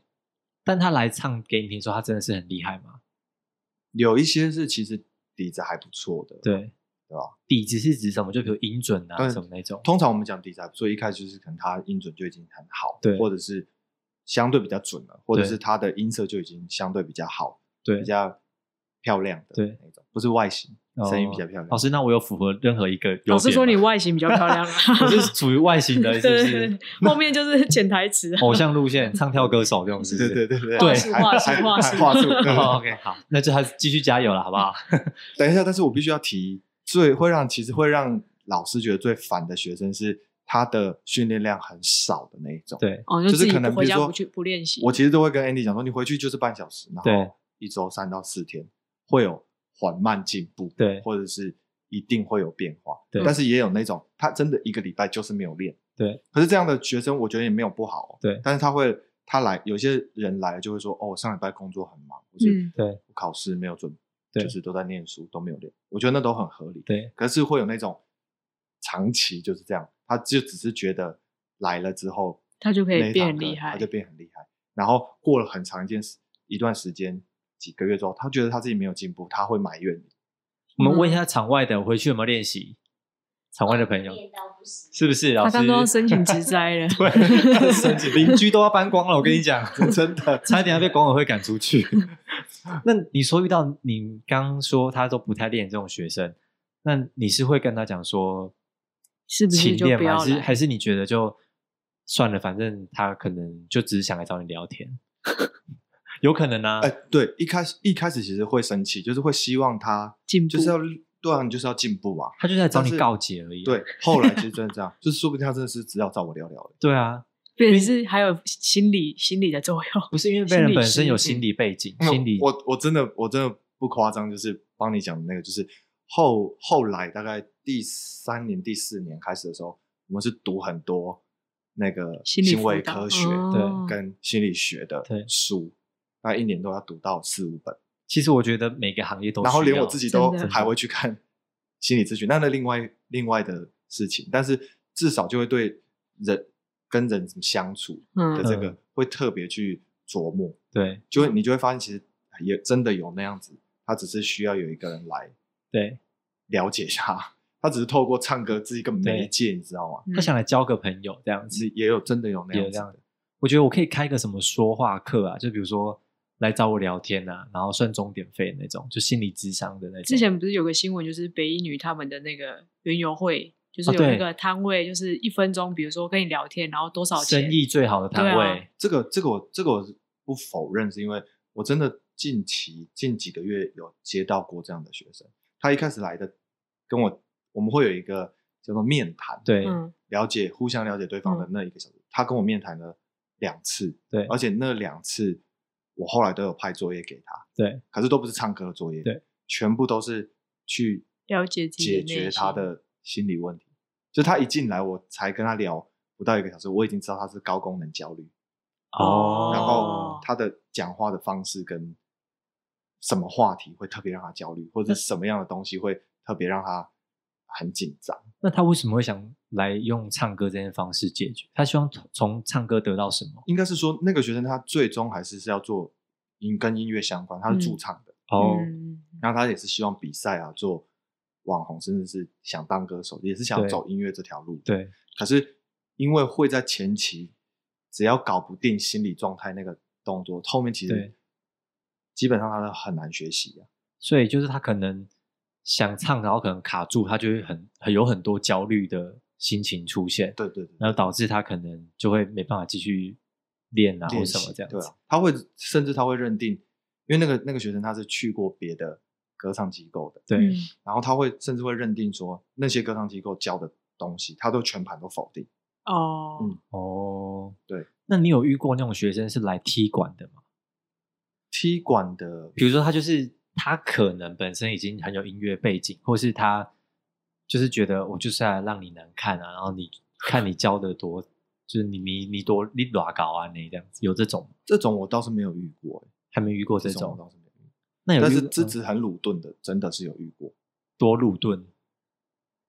S2: 但他来唱给你听说，他真的是很厉害嘛？
S3: 有一些是其实底子还不错的，
S2: 对，
S3: 对吧？
S2: 底子是指什么？就比如音准啊
S3: 对
S2: 什么那种。
S3: 通常我们讲底子还不错，一开始就是可能他音准就已经很好，
S2: 对
S3: 或者是相对比较准了，或者
S2: 对
S3: 是他的音色就已经相对比较好，
S2: 对
S3: 比，较漂亮的
S2: 对
S3: 那种，不是外形，
S2: 哦
S3: 声音比较漂亮。
S2: 老师，那我有符合任何一个优点吗？
S1: 老师说你外形比较漂亮啊，
S2: 我是属于外形 的，
S1: 对
S2: 是不
S1: 对对
S2: 是？，
S1: 后面就是潜台词啊，
S3: 哦
S2: 偶像路线，唱跳歌手这种，是不
S3: 对
S2: 是？
S3: 对对对
S2: 对
S3: 还
S1: 话术
S3: 还
S1: 话术
S3: 还话术。嗯 对
S2: 哦 OK，好，那就还是继续加油了，好不好？
S3: 等一下，但是我必须要提，最会让其实会让老师觉得最烦的学生是他的训练量很少的那一种。，
S2: 对
S1: 哦，
S3: 就
S1: 自
S3: 是
S1: 己
S3: 可
S1: 不
S3: 能
S1: 回
S3: 比如
S1: 家
S3: 说
S1: 不去不练习，
S3: 我其实都会跟 Andy 讲说，你回去就是半小时，然
S2: 对
S3: 后一周三到四天会有缓慢进步，
S2: 对
S3: 或者是一定会有变化。
S2: 对
S3: 但是也有那种他真的一个礼拜就是没有练，
S2: 对。
S3: 可是这样的学生，我觉得也没有不好、哦，
S2: 对
S3: 但是他会，他来有些人来了就会说，哦，上礼拜工作很忙，或是
S1: 嗯
S2: 对
S3: 我考试没有准，
S2: 对
S3: 就是都在念书都没有练，我觉得那都很合理。
S2: 对
S3: 可是会有那种长期就是这样，他就只是觉得来了之后，
S1: 他就可以
S3: 那一堂
S1: 变
S3: 课
S1: 厉害
S3: 他就变很厉害。然后过了很长一件时一段时间，几个月之后，他觉得他自己没有进步，他会埋怨你。
S2: 我
S1: 嗯
S2: 们问一下场外的，回去有没有练习？场外的朋友
S4: 哦练到不行。
S2: 是不是老
S1: 他
S2: 师？，
S1: 刚刚要申请 职灾了
S2: 对，申请邻居都要搬光了，我跟你 讲，
S3: 真的，
S2: 差一点要被管委会赶出去。那你说遇到你刚说他都不太练这种学生，那你是会跟他讲说
S1: 是不是
S2: 勤
S1: 就
S2: 练
S1: 不
S2: 吗？
S1: 要
S2: 还是
S1: 来
S2: 还是你觉得就算了，反正他可能就只是想来找你 聊天，有可能啊。
S3: 哎、对，一开始一开始其实会生气，就是会希望他
S1: 进步
S3: 就是要对啊，你就是要进步啊。
S2: 他就在找
S3: 但
S2: 你
S3: 是
S2: 告解而已、啊
S3: 对，后来其实真的这样， 就是说不定他真的是只要找我聊聊了。
S2: 对啊，
S1: 变成是还有心理心理的作用，
S3: 嗯
S2: 不是因为被
S1: 心
S2: 人
S1: 理
S2: 本
S1: 师
S2: 身有心理背景，
S3: 那
S2: 心理
S3: 我我真的我真的不夸张，就是帮你讲的那个，就是后后来大概第三年、第四年开始的时候，我们是读很多那个
S1: 心理
S3: 行
S1: 辅
S3: 为
S1: 导
S3: 科学
S1: 哦
S3: 跟心理学的
S2: 对
S3: 书，那一年都要读到四五本，
S2: 其实我觉得每个行业都需要，
S3: 然后连我自己都
S1: 真的
S3: 还会去 看心理咨询，那那另外另外的事情，但是至少就会对人跟人怎么相处的
S1: 嗯，
S3: 这个会特别去琢磨。
S2: 对
S3: 就会你就会发现，其实也真的有那样子，他只是需要有一个人来
S2: 对，
S3: 了解他，他只是透过唱歌这一个媒介，你知道吗？
S1: 嗯
S2: 他想来交个朋友这样子
S3: 是。也有真的有那
S2: 也有
S3: 样
S2: 这
S3: 子
S2: 样
S3: 的
S2: 子，。我觉得我可以开个什么说话课啊，就比如说来找我聊天啊，然后算钟点费那种，就心理智商的那种。
S1: 之前不是有个新闻，就是北一女他们的那个园游会，就是
S2: 啊
S1: 有那
S2: 对
S1: 个摊位，就是一分钟，比如说跟你聊天，然后多少钱
S2: 生？意最好的摊
S1: 对啊
S2: 位，
S3: 这个这个我这个我不否认，是因为我真的近期近几个月有接到过这样的学生，他一开始来的跟我我们会有一个叫做面谈，
S2: 对
S1: 嗯，
S3: 了解互相了解对方的那一个小时，他跟我面谈了两次，
S2: 对
S3: 而且那两次我后来都有派作业给他，
S2: 对，
S3: 可是都不是唱歌的作业，
S2: 对，
S3: 全部都是去
S1: 了解自己
S3: 解
S1: 的内
S3: 决
S1: 心
S3: 他的心理问题。就他一进来，我才跟他聊不到一个小时，我已经知道他是高功能焦虑，
S1: 哦
S3: 然后他的讲话的方式跟什么话题会特别让他焦虑，或者是什么样的东西会特别让他很紧张。
S2: 那他为什么会想来用唱歌这件方式解决？他希望从从唱歌得到什么？
S3: 应该是说那个学生他最终还是是要做音跟音乐相关，他是驻唱的，
S2: 哦，
S1: 嗯，
S3: 然后他也是希望比赛啊，做网红，甚至是想当歌手，也是想
S2: 对
S3: 走音乐这条路。，
S2: 对
S3: 可是因为会在前期只要搞不定心理状态那个动作，后面其
S2: 对
S3: 实基本上他都很难学习啊。
S2: 所以就是他可能想唱，然后可能卡住，他就会很很有很多焦虑的心情出现，
S3: 对对对，
S2: 然后导致他可能就会没办法继续练啊或
S3: 练
S2: 什
S3: 习
S2: 么这样子。
S3: 对啊，他会甚至他会认定，因为那个那个学生他是去过别的歌唱机构的，
S2: 对
S1: 嗯
S3: 然后他会甚至会认定说那些歌唱机构教的东西，他都全盘都否定。
S1: 哦
S3: 嗯，
S2: 哦，
S3: 对。
S2: 那你有遇过那种学生是来踢馆的吗？
S3: 踢馆的，
S2: 比如说他就是他可能本身已经很有音乐背景，或是他就是觉得我就是来让你难看啊，然后你看你教的多，就是你你你多你多高啊，你这样子有这种吗
S3: 这种我倒是没有遇过、欸
S2: 还没遇过这
S3: 这种我
S2: 种？
S3: 倒是没有遇过。
S2: 那有
S3: 但
S2: 遇
S3: 是
S2: 过
S3: 这
S2: 嗯
S3: 只很鲁钝的，真的是有遇过，
S2: 多路顿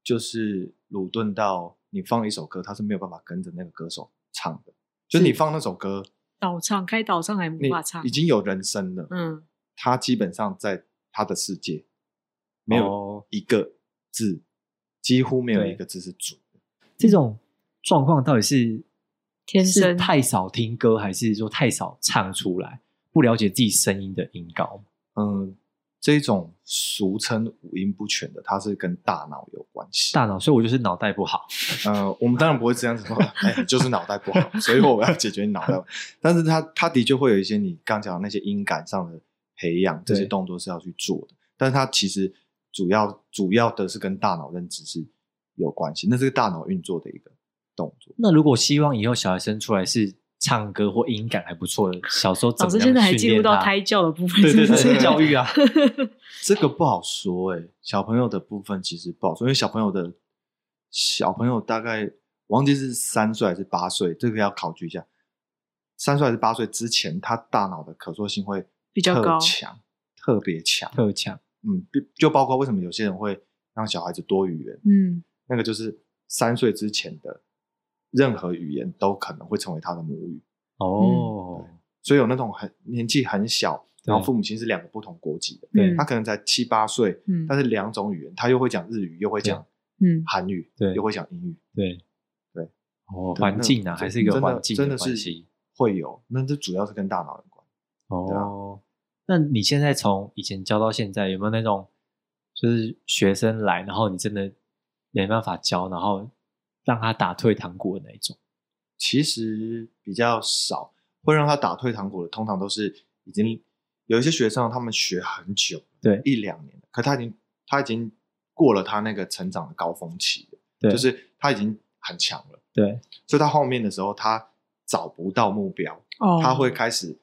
S3: 就是鲁钝到你放一首歌，他是没有办法跟着那个歌手唱的，就是你放那首歌，
S1: 导唱开导唱还无
S3: 你
S1: 法唱
S3: 已，经有人声了，
S1: 嗯，
S3: 他基本上在他的世界没有
S2: 哦
S3: 一个字，几乎没有
S2: 对
S3: 一个字是准的。
S2: 这种状况到底是
S1: 天
S2: 是
S1: 生
S2: 太少听歌，还是说太少唱出来，不了解自己声音的音高？
S3: 嗯，这种俗称五音不全的，它是跟大脑有关系。
S2: 大脑，所以我就是脑袋不好。
S3: 呃，我们当然不会这样子说，哎，你就是脑袋不好，所以我们要解决你脑袋。 但是它它的确会有一些你刚讲的那些音感上的培养，这些
S2: 对
S3: 动作是要去做的。但是它其实主要主要的是跟大脑认知是有关系，那是大脑运作的一个动作。
S2: 那如果希望以后小孩生出来是唱歌或音感还不错的，小时候怎
S1: 老
S2: 么
S1: 师
S2: 样
S1: 现在还
S2: 训
S1: 进入
S2: 练
S1: 到
S2: 他
S1: 胎教的部分，
S2: 对对
S1: 是不
S2: 对
S1: 是
S2: 教育啊，
S3: 这个不好说哎、小朋友的部分其实不好说，因为小朋友的小朋友大概我忘记是三岁还是八岁，这个要考据一下。三岁还是八岁之前，他大脑的可塑性会
S1: 比较
S3: 特
S1: 高
S3: 强，特别强。
S2: 特 强。
S3: 嗯，比就包括为什么有些人会让小孩子多语言，
S1: 嗯，
S3: 那个就是三岁之前的任何语言都可能会成为他的母语。
S1: 嗯
S2: 哦，
S3: 所以有那种很年纪很小，然后
S2: 对
S3: 父母亲是两个不同国籍的，
S2: 对
S3: 他可能才七八岁，
S1: 嗯
S3: 但是两种语言，他又会讲日语，又会讲
S1: 嗯
S3: 韩语，
S2: 对
S3: 又会讲英语，
S2: 对
S3: 对，
S2: 哦，
S3: 对
S2: 环
S3: 那
S2: 境啊，还是一个
S3: 真的
S2: 环境
S3: 真的
S2: 关
S3: 是
S2: 系。
S3: 会有，那这主要是跟大脑有关。对啊
S2: 哦，那你现在从以前教到现在，有没有那种就是学生来，然后你真的没办法教，然后让他打退堂鼓的那一种？
S3: 其实比较少，会让他打退堂鼓的，通常都是已经有一些学生他们学很久，
S2: 对
S3: 一两年了，可他已经他已经过了他那个成长的高峰期了，
S2: 对，
S3: 就是他已经很强了，
S2: 对，
S3: 所以他后面的时候他找不到目标，
S1: 哦，
S3: 他会开始，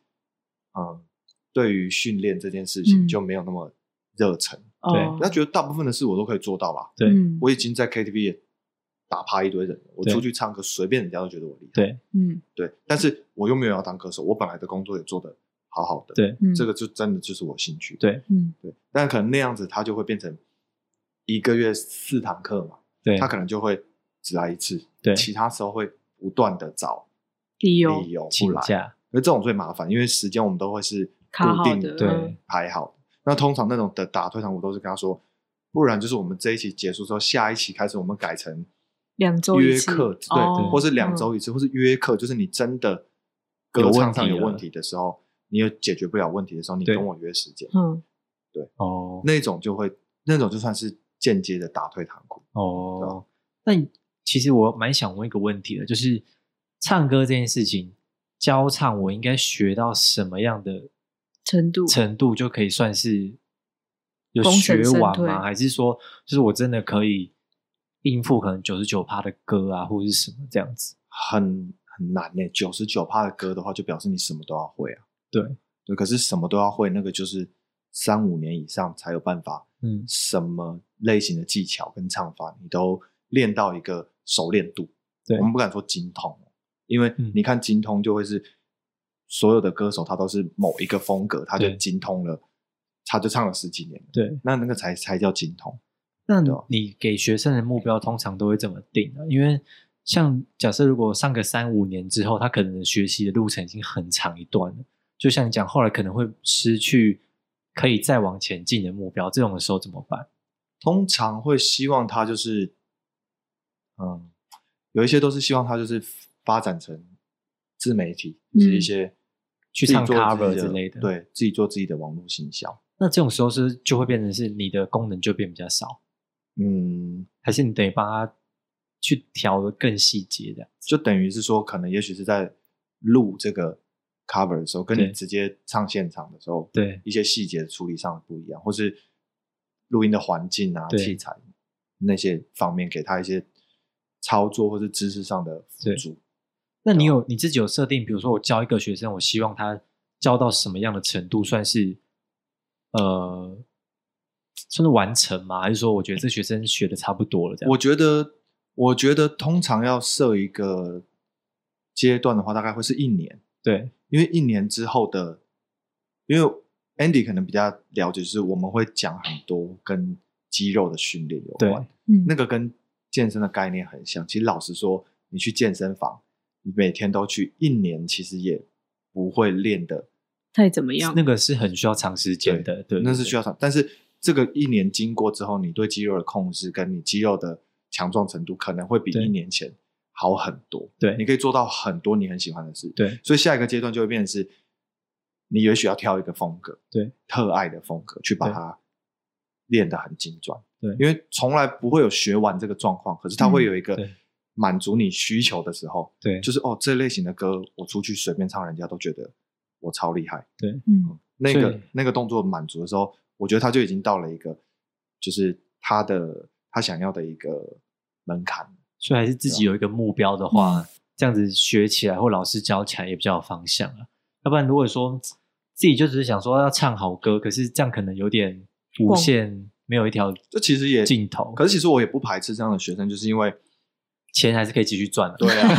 S3: 嗯，对于训练这件事情
S1: 嗯
S3: 就没有那么热忱，
S2: 对
S1: 哦
S3: 他觉得大部分的事我都可以做到啦，
S2: 对
S1: 嗯
S3: 我已经在 KTV 也打趴一堆人了，我
S2: 对
S3: 出去唱歌随便人家都觉得我厉害，
S2: 对，
S1: 嗯
S3: 对，但是我又没有要当歌手，我本来的工作也做得好好的，
S2: 对，
S1: 嗯
S3: 这个就真的就是我兴趣，
S2: 对
S1: 嗯
S3: 对，但可能那样子他就会变成一个月四堂课嘛，
S2: 对，
S3: 他可能就会只来一次，
S2: 对
S3: 其他时候会不断的找
S1: 理由
S3: 理由不
S2: 请
S3: 来，
S2: 假，
S3: 而这种最麻烦，因为时间我们都会是
S1: 卡
S3: 固
S1: 好
S3: 定
S1: 的嗯
S2: 对
S3: 排好的。那通常那种的打退堂鼓都是跟他说，不然就是我们这一期结束之后，下一期开始我们改成
S1: 两周一
S3: 约
S1: 次
S3: 课，对，
S1: 哦
S3: 或是两
S1: 嗯
S3: 周一次，或是约课，就是你真的歌
S2: 有问
S3: 唱上
S2: 题
S3: 有
S2: 了
S3: 问题的时候，你有解决不了问题的时候，你
S2: 对
S3: 跟我约时间，
S1: 嗯
S2: 哦
S3: 那种就会那种就算是间接的打退堂鼓。
S2: 哦。那
S1: 啊
S2: 你其实我蛮想问一个问题的，就是唱歌这件事情，教唱我应该学到什么样的
S1: 程度，
S2: 程度就可以算是有
S1: 功
S2: 学
S1: 成身
S2: 完
S1: 退
S2: 吗？还是说，就是我真的可以应付可能九十九趴的歌啊，或者是什么这样子？
S3: 很很难呢、9九十九趴的歌的话，就表示你什么都要会啊。
S2: 对
S3: 对，可是什么都要会，那个就是三五年以上才有办法，
S2: 嗯，
S3: 什么类型的技巧跟唱法，你都练到一个熟练度。
S2: 对
S3: 我们不敢说精通，哦因为
S2: 嗯
S3: 你看精通就会是所有的歌手，他都是某一个风格，他就
S2: 对
S3: 精通了，他就唱了十几年了
S2: 对。
S3: 那那个才才叫精通。
S2: 那
S3: 对啊
S2: 你给学生的目标通常都会怎么定呢？因为像假设如果上个三五年之后，他可能学习的路程已经很长一段了，就像你讲，后来可能会失去可以再往前进的目标，这种的时候怎么办？
S3: 通常会希望他就是，嗯，有一些都是希望他就是发展成自媒体，就是一
S1: 嗯
S3: 些
S2: 去
S3: 自己
S2: 唱
S3: 做自己
S2: cover 之类的
S3: 对自己做自己的网络行销。
S2: 那这种时候是就会变成是你的功能就变比较少，
S3: 嗯，
S2: 还是你得帮他去调的更细节的？
S3: 就等于是说，可能也许是在录这个 cover 的时候，跟你
S2: 对
S3: 直接唱现场的时候，
S2: 对
S3: 一些细节处理上不一样，或是录音的环境啊、
S2: 对
S3: 器材那些方面，给他一些操作或是知识上的辅
S2: 对
S3: 助。
S2: 那
S3: 啊
S2: 你有你自己有设定，比如说我教一个学生，我希望他教到什么样的程度算是呃算是完成吗？还是说我觉得这学生学的差不多了这样？
S3: 我觉得，我觉得通常要设一个阶段的话，大概会是一年，
S2: 对
S3: 因为一年之后的，因为 Andy 可能比较了解，就是我们会讲很多跟肌肉的训练有
S2: 对
S3: 关，
S1: 嗯
S3: 那个跟健身的概念很像。其实老实说，你去健身房，你每天都去，一年其实也不会练的，
S1: 太怎么样
S2: 那个是很需要长时间的，对，
S3: 那是需
S2: 要
S3: 要上，但是这个一年经过之后，你对肌肉的控制跟你肌肉的强壮程度，可能会比
S2: 对
S3: 一年前好很多。
S2: 对
S3: 你可以做到很多你很喜欢的事。
S2: 对，
S3: 所以下一个阶段就会变成是，你也许要挑一个风格，
S2: 对，
S3: 特爱的风格去把
S2: 对
S3: 它练得很精专，
S2: 对
S3: 因为从来不会有学完这个状况，可是它
S1: 嗯
S3: 会有一个
S2: 对
S3: 满足你需求的时候，
S2: 对，
S3: 就是哦，这类型的歌我出去随便唱，人家都觉得我超厉害。
S1: 嗯，
S3: 那
S2: 所
S3: 个
S2: 以
S3: 那个动作满足的时候，我觉得他就已经到了一个，就是他的他想要的一个门槛。
S2: 所以还是自
S3: 啊
S2: 己有一个目标的
S3: 嗯
S2: 话，这样子学起来或老师教起来也比较有方向啊。要不然如果说自己就只是想说要唱好歌，可是这样可能有点无限，没有一条
S3: 这其实也
S2: 尽头。
S3: 可是其实我也不排斥这样的学生，就是因 为
S2: 钱还是可以继续赚的、
S3: 对啊，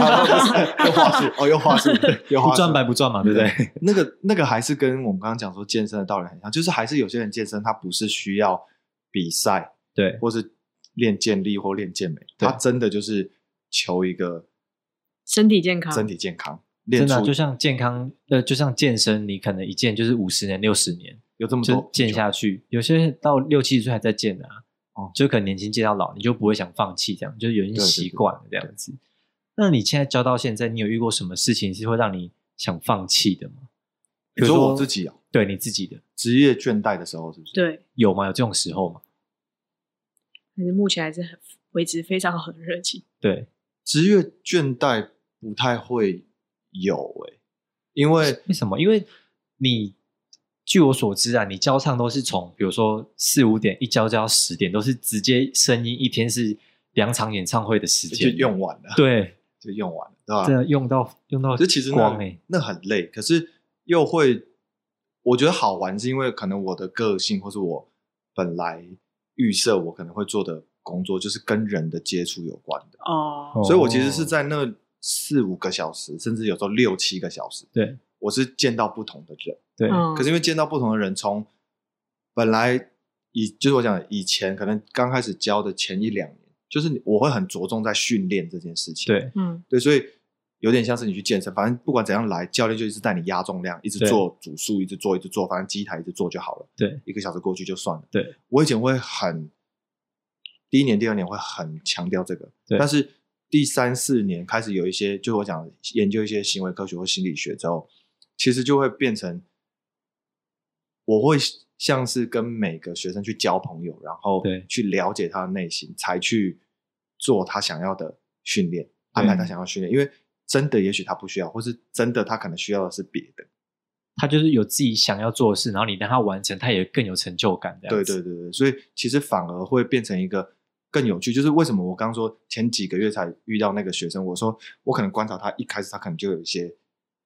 S3: 又话术哦，又话术，又话
S2: 不
S3: 术，
S2: 赚白不赚嘛，对不对？
S3: 那个那个还是跟我们刚刚讲说健身的道理很像，就是还是有些人健身他不是需要比赛
S2: 对
S3: 或是练健力或练健美，
S2: 对
S3: 他真的就是求一个
S1: 身体健康，
S3: 身体健康，练
S2: 真的啊、
S3: 出
S2: 就像健康，呃，就像健身，你可能一健就是五十年、六十年，
S3: 有这么
S2: 就
S3: 多
S2: 健下去。有些人到六七十岁还在健的啊，
S3: 哦
S2: 就可能年轻健到老，你就不会想放弃，这样就有点
S3: 对对
S2: 习惯了这样子。那你现在教到现在，你有遇过什么事情是会让你想放弃的吗？比
S3: 你
S2: 如
S3: 说
S2: 说
S3: 我自己啊，
S2: 对你自己的
S3: 职业倦怠的时候是不是？
S1: 对，
S2: 有吗？有这种时候吗？
S1: 可是目前还是很为之非常很热情。
S2: 对，
S3: 职业倦怠不太会有诶、因为
S2: 为什么？因为你据我所知啊，你教唱都是从比如说四五点一教教到十点，都是直接声音一天是两场演唱会的时
S3: 就
S2: 间，
S3: 用完了，
S2: 对，
S3: 就用完了，对吧？
S2: 真的用到用到
S3: 可是其实
S2: 光
S3: 那
S2: 哎、
S3: 那很累，可是又会，我觉得好玩是因为可能我的个性或是我本来预设我可能会做的工作就是跟人的接触有关的，
S1: 哦
S2: 哦，
S3: 所以我其实是在那四五个小时，甚至有时候六七个小时，
S2: 对
S3: 我是见到不同的人，
S2: 对、
S1: 嗯
S3: 可是因为见到不同的人，从本来以就是我讲的以前可能刚开始教的前一两年，就是你我会很着重在训练这件事情，
S2: 对
S1: 嗯，
S3: 对，所以有点像是你去健身，反正不管怎样来，教练就一直带你压重量，一直
S2: 对
S3: 做组数，一直做，一直做，反正机台一直做就好了。
S2: 对，
S3: 一个小时过去就算了。
S2: 对，
S3: 我以前会很，第一年、第二年会很强调这个，
S2: 对
S3: 但是第三四年开始有一些，就是我讲的研究一些行为科学或心理学之后，其实就会变成，我会像是跟每个学生去交朋友，然后
S2: 对
S3: 去了解他的内心，才去做他想要的训练，安排他想要的训练，因为。真的，也许他不需要，或是真的他可能需要的是别的。
S2: 他就是有自己想要做的事，然后你让他完成，他也更有成就感。这样
S3: 对
S2: 子
S3: 对对对，所以其实反而会变成一个更有趣。就是为什么我刚刚说前几个月才遇到那个学生，我说我可能观察他一开始他可能就有一些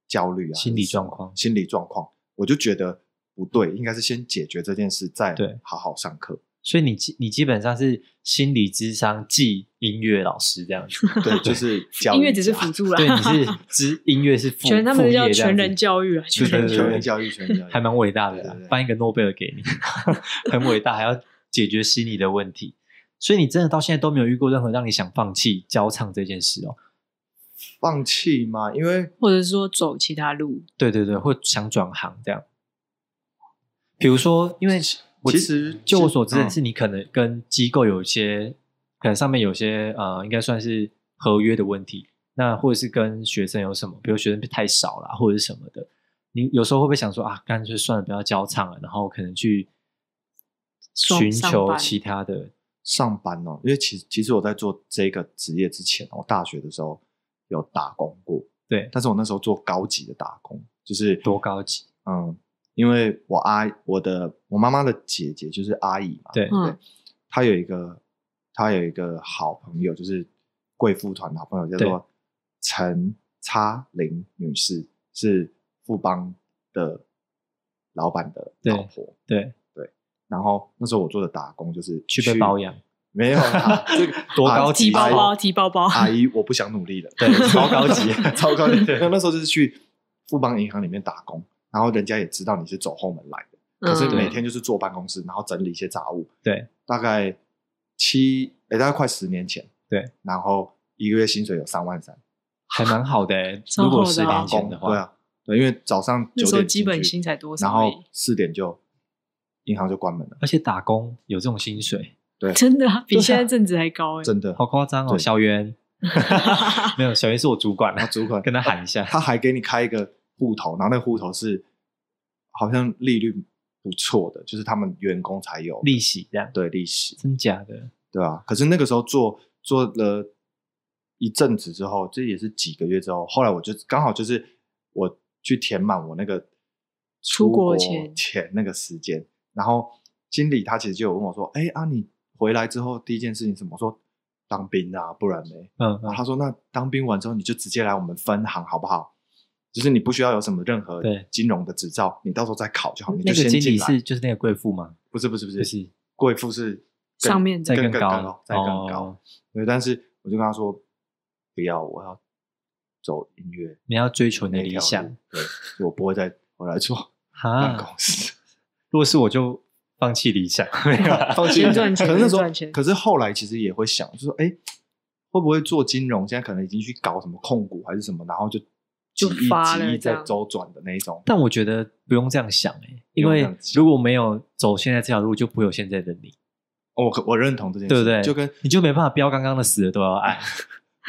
S3: 焦虑啊，
S2: 心理状况
S3: 心理状况，我就觉得不对，应该是先解决这件事，再
S2: 对
S3: 好好上课。
S2: 所以你基你基本上是心理智商暨音乐老师这 样子，
S3: 对， 就是教
S1: 音
S3: 育啊
S1: 乐只是
S3: 家
S1: 辅助啦，
S2: 对，你是知音乐是副
S1: 全他们
S2: 副
S1: 叫
S2: 业这样
S1: 全
S2: 子
S1: 人教育啊，
S2: 对
S1: 全人
S2: 对
S1: 教
S3: 全
S1: 育
S3: 人教育，全人教育
S2: 还蛮伟大的
S3: 对
S2: 啦
S3: 对对，
S2: 颁一个诺贝尔给你， 很伟大，还要解决心理的问题。所以你真的到现在都没有遇过任何让你想放弃教唱这件事哦？
S3: 放弃吗？因为
S1: 或者是说走其他路，
S2: 对对对，会想转行这样。比如说，因为我
S3: 其实
S2: 就我所知的
S3: 嗯
S2: 是，你可能跟机构有一些，可能上面有些呃，应该算是合约的问题，那或者是跟学生有什么，比如学生太少啦，或者是什么的，你有时候会不会想说啊，干脆算了，不要交唱了，然后可能去
S1: 双
S2: 寻
S1: 上
S2: 求
S1: 班
S2: 其他的，
S3: 上班哦，因为其实其实我在做这个职业之前，我大学的时候有打工过，
S2: 对，
S3: 但是我那时候做高级的打工，就是
S2: 多高级，
S3: 嗯，因为我阿我的我妈妈的姐姐就是阿姨嘛，
S2: 对
S1: 嗯
S3: 她有一个她有一个好朋友，就是贵妇团的好朋友，叫
S2: 对
S3: 做陈叉玲女士，是富邦的老板的老
S2: 对
S3: 婆。
S2: 对，
S3: 然后那时候我做的打工就是
S2: 去被包养，
S3: 没 有啦，这个
S2: 多
S3: 阿
S2: 高级
S1: 提包包，提包包，
S3: 阿姨，我不想努力了，
S2: 对超高级
S3: 超高级。那那时候就是去富邦银行里面打工，然后人家也知道你是走后门来的，可是
S1: 嗯
S3: 每天就是坐办公室，然后整理一些杂物。
S2: 对，
S3: 大概七，哎，大概快十年前。
S2: 对，
S3: 然后一个月薪水有三万三，
S2: 还蛮好 的、欸。
S1: 超
S2: 如果
S1: 好的
S2: 十
S1: 啊
S2: 年
S3: 打
S2: 前
S3: 工
S2: 的话，
S3: 对啊，对，因为早上
S1: 那
S3: 九
S1: 时候
S3: 点
S1: 基
S3: 进
S1: 本
S3: 去
S1: 薪才多少欸
S3: 然
S1: 而已？
S3: 后四点就银行就关门了。
S2: 而且打工有这种薪水，
S1: 真 的、啊、比
S3: 对啊
S1: 现在正职还高哎、
S3: 真的，
S2: 好夸张哦！
S3: 对
S2: 小 圆 没有，小圆是我主管，啊
S3: 然后主管
S2: 跟他喊一下，
S3: 他还给你开一个户头，然后那个户头是好像利率不错的，就是他们员工才有
S2: 利息这样，
S3: 对利息，
S2: 真假的？
S3: 对吧、可是那个时候做做了一阵子之后，这也是几个月之后，后来我就刚好就是我去填满我那个
S1: 出国
S3: 国
S1: 前
S3: 前那个时间，然后经理他其实就有问我说：“哎啊，你回来之后第一件事情是什么？”我说：“当兵啊，不然呢？”
S2: 嗯
S3: 然后
S2: 嗯，
S3: 他说：“那当兵完之后，你就直接来我们分行好不好？就是你不需要有什么任何
S2: 对
S3: 金融的执照，你到时候再考就好。你
S2: 那个
S3: 就先
S2: 经
S3: 进
S2: 理
S3: 来。
S2: 是就是那个贵妇吗？
S3: 不是不是不是，
S2: 就是
S3: 贵妇是更
S1: 上面的
S2: 再
S3: 更
S2: 更
S3: 高，再更高。
S2: 哦
S3: 对，但是我就跟他说不要，我要走音乐
S2: 你要追求你的
S3: 那
S2: 理
S3: 条路
S2: 想，啊
S3: 对，所以我不会再回来做办公
S2: 哈。
S3: 室。
S2: 如果是我就放弃理 想，
S3: 放弃
S1: 先赚钱
S3: 可是那时
S1: 先
S3: 候
S1: 赚钱，
S3: 可是后来其实也会想，就说哎，诶会不会做金融？现在可能已经去搞什么控股还是什么，然后就
S1: 就
S3: 几亿
S1: 发了
S3: 几亿
S1: 这
S3: 在
S1: 样
S3: 周转的那一种。
S2: 但我觉得不用这样想哎、因
S3: 不用这
S2: 为
S3: 样想
S2: 如果没有走现在这条路，就不会有现在的你，
S3: 哦我可我认同这件事，
S2: 对不对？
S3: 就 跟
S2: 你就没办法标刚刚的死了都要 爱，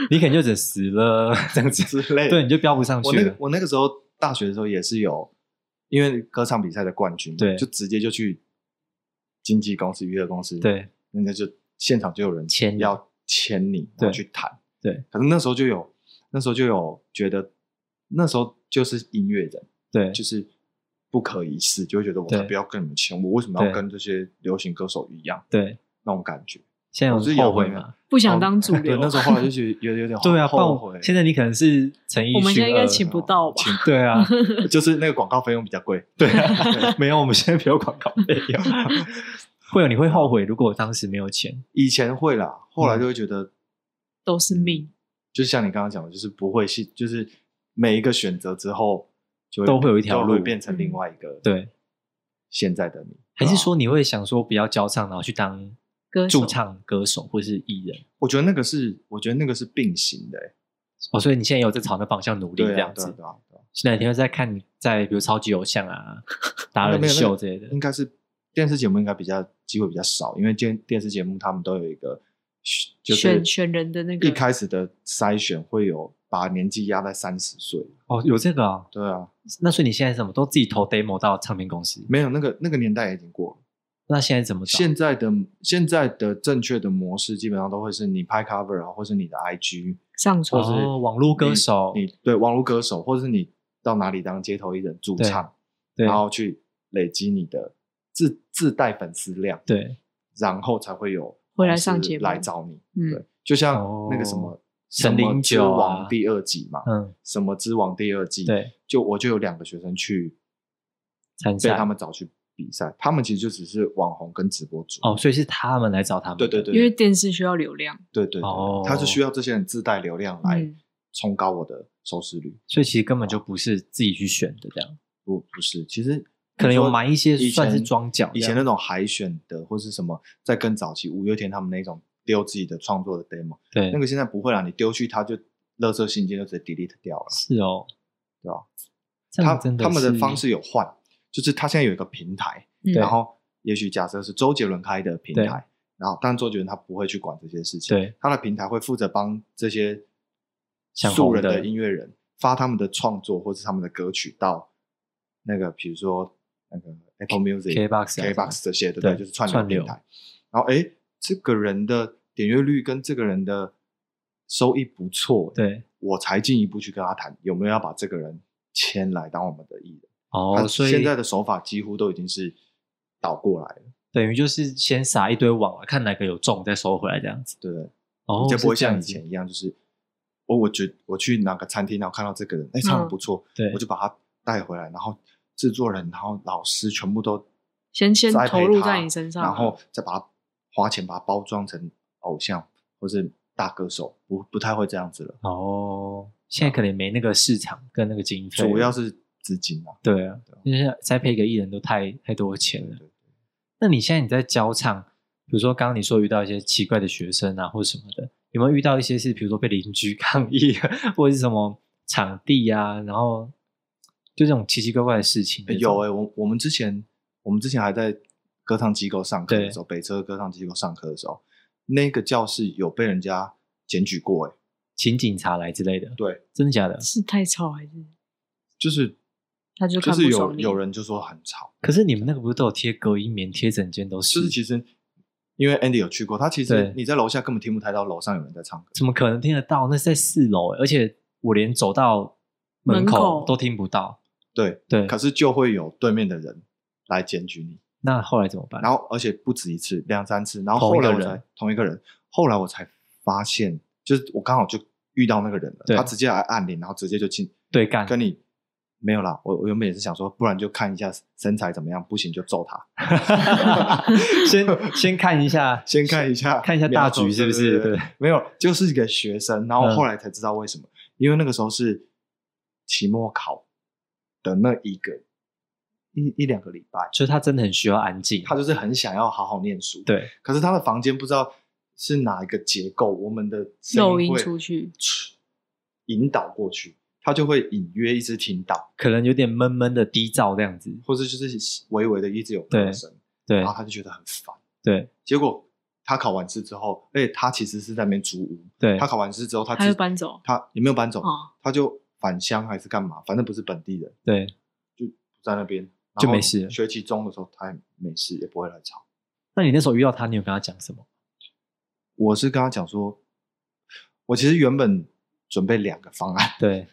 S2: 你可能就只死了这样子，
S3: 之类的，
S2: 对，你就标不上
S3: 我
S2: 去
S3: 那
S2: 了。
S3: 个我那个时候大学的时候也是有，因为歌唱比赛的冠军嘛，
S2: 对
S3: 就直接就去经纪公司、娱乐公司，，
S2: 对，
S3: 人家就现场就有人
S2: 签你
S3: 要签你，然
S2: 对
S3: 后去谈，
S2: 对。
S3: 可是那时候就有，那时候就有觉得，那时候就是音乐人，
S2: 对，
S3: 就是不可一世，就会觉得我
S2: 对
S3: 才不要跟你们签，我为什么要
S2: 对
S3: 跟这些流行歌手一样
S2: 对。
S3: 那种感觉？
S2: 现在
S3: 我是
S2: 有
S3: 有
S2: 后悔
S3: 回来
S2: 吗？
S1: 不想当主
S3: 哦对，
S1: 流。
S3: 那时候后来就是有有点
S2: 对啊，不然
S3: 后
S2: 我
S3: 悔。
S2: 现在你可能是陈奕迅二，
S1: 我们现在应该请不到吧？
S2: 对啊，
S3: 就是那个广告费用比较 贵，
S2: 对啊，没有，我们现在没有广告费用。啊 会有，你会后悔，如果当时没有钱，
S3: 以前会啦，后来就会觉得，
S1: 都是命，
S3: 就像你刚刚讲的，就是不会是，就是每一个选择之后，就
S2: 都会有一条
S3: 都会
S2: 路
S3: 变啊成另外一个
S2: 对，
S3: 现在的你。
S2: 还是
S3: 对啊
S2: 说你会想说不要交唱，然后去当
S1: 歌手
S2: 驻唱歌手或是艺人？
S3: 我觉得那个是，我觉得那个是并行的、欸，
S2: 哦，所以你现在有在朝那方向努力
S3: 对啊
S2: 这样
S3: 对
S2: 子。
S3: 啊对啊对啊
S2: 是哪天会再看你在比如超级偶像 啊、达
S3: 没有
S2: 人
S3: 没有那
S2: 秀
S3: 个
S2: 之类的？
S3: 应该是电视节目应该比较机会比较少，因为电电视节目他们都有一个选就是
S1: 选选人的那个
S3: 一开始的筛选会有把年纪压在三十岁，
S2: 哦，有这个啊、
S3: 对啊，
S2: 那所以你现在怎么都自己投 demo 到唱片公司？
S3: 没有那个那个年代已经过了。
S2: 那现在怎么找？
S3: 现在的现在的正确的模式，基本上都会是你拍 cover 啊，或是你的 IG，
S1: 上
S3: 或
S1: 传
S3: 是、
S2: 哦网络歌手
S3: 你你对网络歌手，或是你到哪里当街头艺人驻唱，
S2: 对
S3: 然后去累积你的自自带粉丝量，
S2: 对
S3: 然后才会有
S1: 回来上节目
S3: 公司来找你。
S1: 嗯
S3: 对，就像
S2: 哦
S3: 那个什么什
S2: 神
S3: 么
S2: 灵
S3: 之
S2: 酒啊
S3: 王第二季嘛，
S2: 嗯
S3: 什么之王第二季，，
S2: 对，
S3: 就我就有两个学生去
S2: 参
S3: 被
S2: 赛
S3: 他们找去比赛，他们其实就只是网红跟直播主。
S2: 哦，所以是他们来找他们的。
S3: 对对对，
S1: 因为电视需要流量，
S3: 对对对，
S2: 哦
S3: 他是需要这些人自带流量来
S1: 嗯，
S3: 冲高我的收视率。
S2: 所以其实根本就不是自己去选的这样。
S3: 不不是，其实
S2: 可能有埋一些
S3: 以前
S2: 算是装脚
S3: 以
S2: 这
S3: 前
S2: 样
S3: 那种海选的或是什么，在更早期五月天他们那种丢自己的创作的 demo，
S2: 对，
S3: 那个现在不会啦，你丢去他就垃圾信件就直接 delete 掉了，
S2: 是哦，
S3: 对吧？
S2: 这
S3: 他
S2: 样真
S3: 他们的
S2: 是
S3: 方式有换，就是他现在有一个平台，
S1: 嗯
S3: 然后也许假设是周杰伦开的平
S2: 对
S3: 台，然后但周杰伦他不会去管这些事情，
S2: 对
S3: 他的平台会负责帮这些
S2: 想
S3: 素
S2: 红
S3: 人
S2: 的
S3: 的音乐人发他们的创作或是他们的歌曲到那个比如说那个 Apple Music、
S2: KKBOX 啊
S3: KBox 这些，对不
S2: 对
S3: 对？就是串
S2: 串
S3: 流
S2: 流
S3: 平台。然后诶，这个人的点阅率跟这个人的收益不错，，
S2: 对
S3: 我才进一步去跟他谈有没有要把这个人签来当我们的艺人。
S2: 哦，
S3: 他
S2: 所以
S3: 现在的手法几乎都已经是倒过来了，
S2: 等于就是先撒一堆网啊，看哪个有中再收回来这样子。
S3: 对不对？
S2: 哦，
S3: 就不会
S2: 是这
S3: 像
S2: 样
S3: 以
S2: 子
S3: 前一样，就是我我觉我去哪个餐厅，然后看到这个人，哎，唱的不错，
S2: 嗯对
S3: 我就把他带回来，然后制作人，然后老师全部都
S1: 先先
S3: 栽培
S1: 投入
S3: 他
S1: 在你身上，
S3: 然后再把他花钱把他包装成偶像或是大歌手，不不太会这样子了，
S2: 哦，现在可能也没那个市场跟那个经费了，
S3: 主要是资金啊，
S2: 对啊
S3: 对啊，
S2: 就是栽培一个艺人都太太多钱
S3: 对
S2: 了。
S3: 对
S2: 那你现在你在教唱，比如说刚刚你说遇到一些奇怪的学生啊，或者什么的，有没有遇到一些是比如说被邻居 抗议，啊或者是什么场地啊，然后就这种奇奇怪怪的事情
S3: 诶
S2: 那种？
S3: 欸有哎、我我们之前我们之前还在歌唱机构上课的
S2: 对
S3: 时候，北车歌唱机构上课的时候，那个教室有被人家检举过、欸，哎，
S2: 请警察来之类的，
S3: 对，
S2: 真的假的？
S1: 是太吵还是
S3: 就是
S1: 他就
S3: 就
S1: 看不
S3: 是有
S1: 爽你
S3: 有人就说很吵，
S2: 可是你们那个不是都有贴隔音棉，贴整间都是？
S3: 就是其实因为 Andy 有去过，他其实
S2: 对
S3: 你在楼下根本听不太到楼上有人在唱歌，
S2: 怎么可能听得到？那是在四楼，欸而且我连走到门
S1: 门口
S2: 口都听不到。
S3: 对，
S2: 对，
S3: 可是就会有对面的人来检举你，
S2: 那后来怎么办？
S3: 然后而且不止一次，两三次，然后后来我
S2: 同一个
S3: 才
S2: 人
S3: 同一个人，后来我才发现，就是我刚好就遇到那个人了，
S2: 对
S3: 他直接来按铃，然后直接就进
S2: 对干，
S3: 跟你没有啦，我我原本也是想说，不然就看一下身材怎么样，不行就揍他，
S2: 先先看一下，
S3: 先看一下
S2: 看一下大局是不是？
S3: 对对
S2: 对
S3: 对，没有，就是一个学生，然后
S2: 嗯
S3: 后来才知道为什么，因为那个时候是期末考的那一个一一两个礼拜，
S2: 就是他真的很需要安静。
S3: 他就是很想要好好念书，
S2: 对，
S3: 可是他的房间不知道是哪一个结构，我们的声
S1: 漏
S3: 音
S1: 音
S3: 会
S1: 出去，
S3: 引导过去，他就会隐约一直听到，
S2: 可能有点闷闷的低噪这样子。
S3: 或者就是微微的一直有歌
S2: 对
S3: 声，
S2: 对
S3: 然后他就觉得很烦。
S2: 对
S3: 结果他考完试之后，而且他其实是在那边租屋，
S2: 对
S3: 他，考完试之后他
S1: 他
S3: 自
S1: 就搬走
S3: 他也没有搬走，
S1: 哦，
S3: 他就返乡还是干嘛，反正不是本地人，
S2: 对，
S3: 就在那边
S2: 就
S3: 然后
S2: 没事了
S3: 学期中的时候他也没事，也不会来吵。
S2: 那你那时候遇到他，你有跟他讲什么？
S3: 我是跟他讲说，我其实原本准备两个方案，
S2: 对，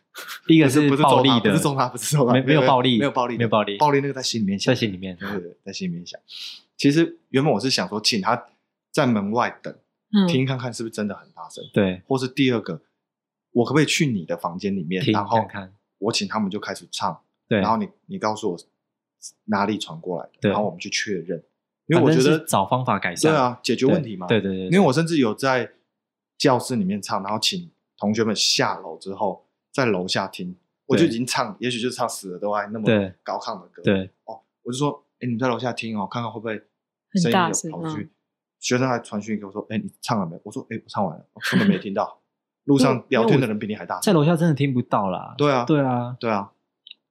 S2: 第一个
S3: 不是不是
S2: 暴
S3: 揍
S2: 力
S3: 他
S2: 的，
S3: 不是揍他，不是揍他，
S2: 没没有暴力，
S3: 没有暴力，
S2: 没有暴力，
S3: 暴力那个在心里面想，
S2: 在心里面。
S3: 对对对，在心里面想。其实原本我是想说，请他在门外等，
S1: 嗯，
S3: 听看看是不是真的很大声，
S2: 对，
S3: 或是第二个，我可不可以去你的房间里面，
S2: 听
S3: 然后
S2: 看看。
S3: 我请他们就开始唱，
S2: 对，
S3: 然后你你告诉我哪里传过来的，
S2: 对
S3: 然后我们去确认，因为
S2: 反
S3: 我
S2: 正
S3: 觉
S2: 是
S3: 得
S2: 找方法改善
S3: 对啊，解决
S2: 对
S3: 问题嘛，
S2: 对对对，
S3: 因为我甚至有在教室里面唱，然后请同学们下楼之后在楼下听，我就已经唱，也许就唱死了都爱那么
S2: 对
S3: 高亢的歌。，
S2: 对
S3: 哦，我就说，哎，你们在楼下听哦，看看会不会
S1: 很
S3: 声音
S1: 大
S3: 有
S1: 声
S3: 跑出去
S1: 嗯。
S3: 学生还传讯给我说，哎，你唱了没？我说，哎，我唱完了，我根本没听到。路
S2: 因
S3: 上
S2: 为
S3: 聊天的人比你还大
S2: 在
S3: 声。
S2: 楼下真的听不到啦。
S3: 对啊，
S2: 对啊，
S3: 对啊，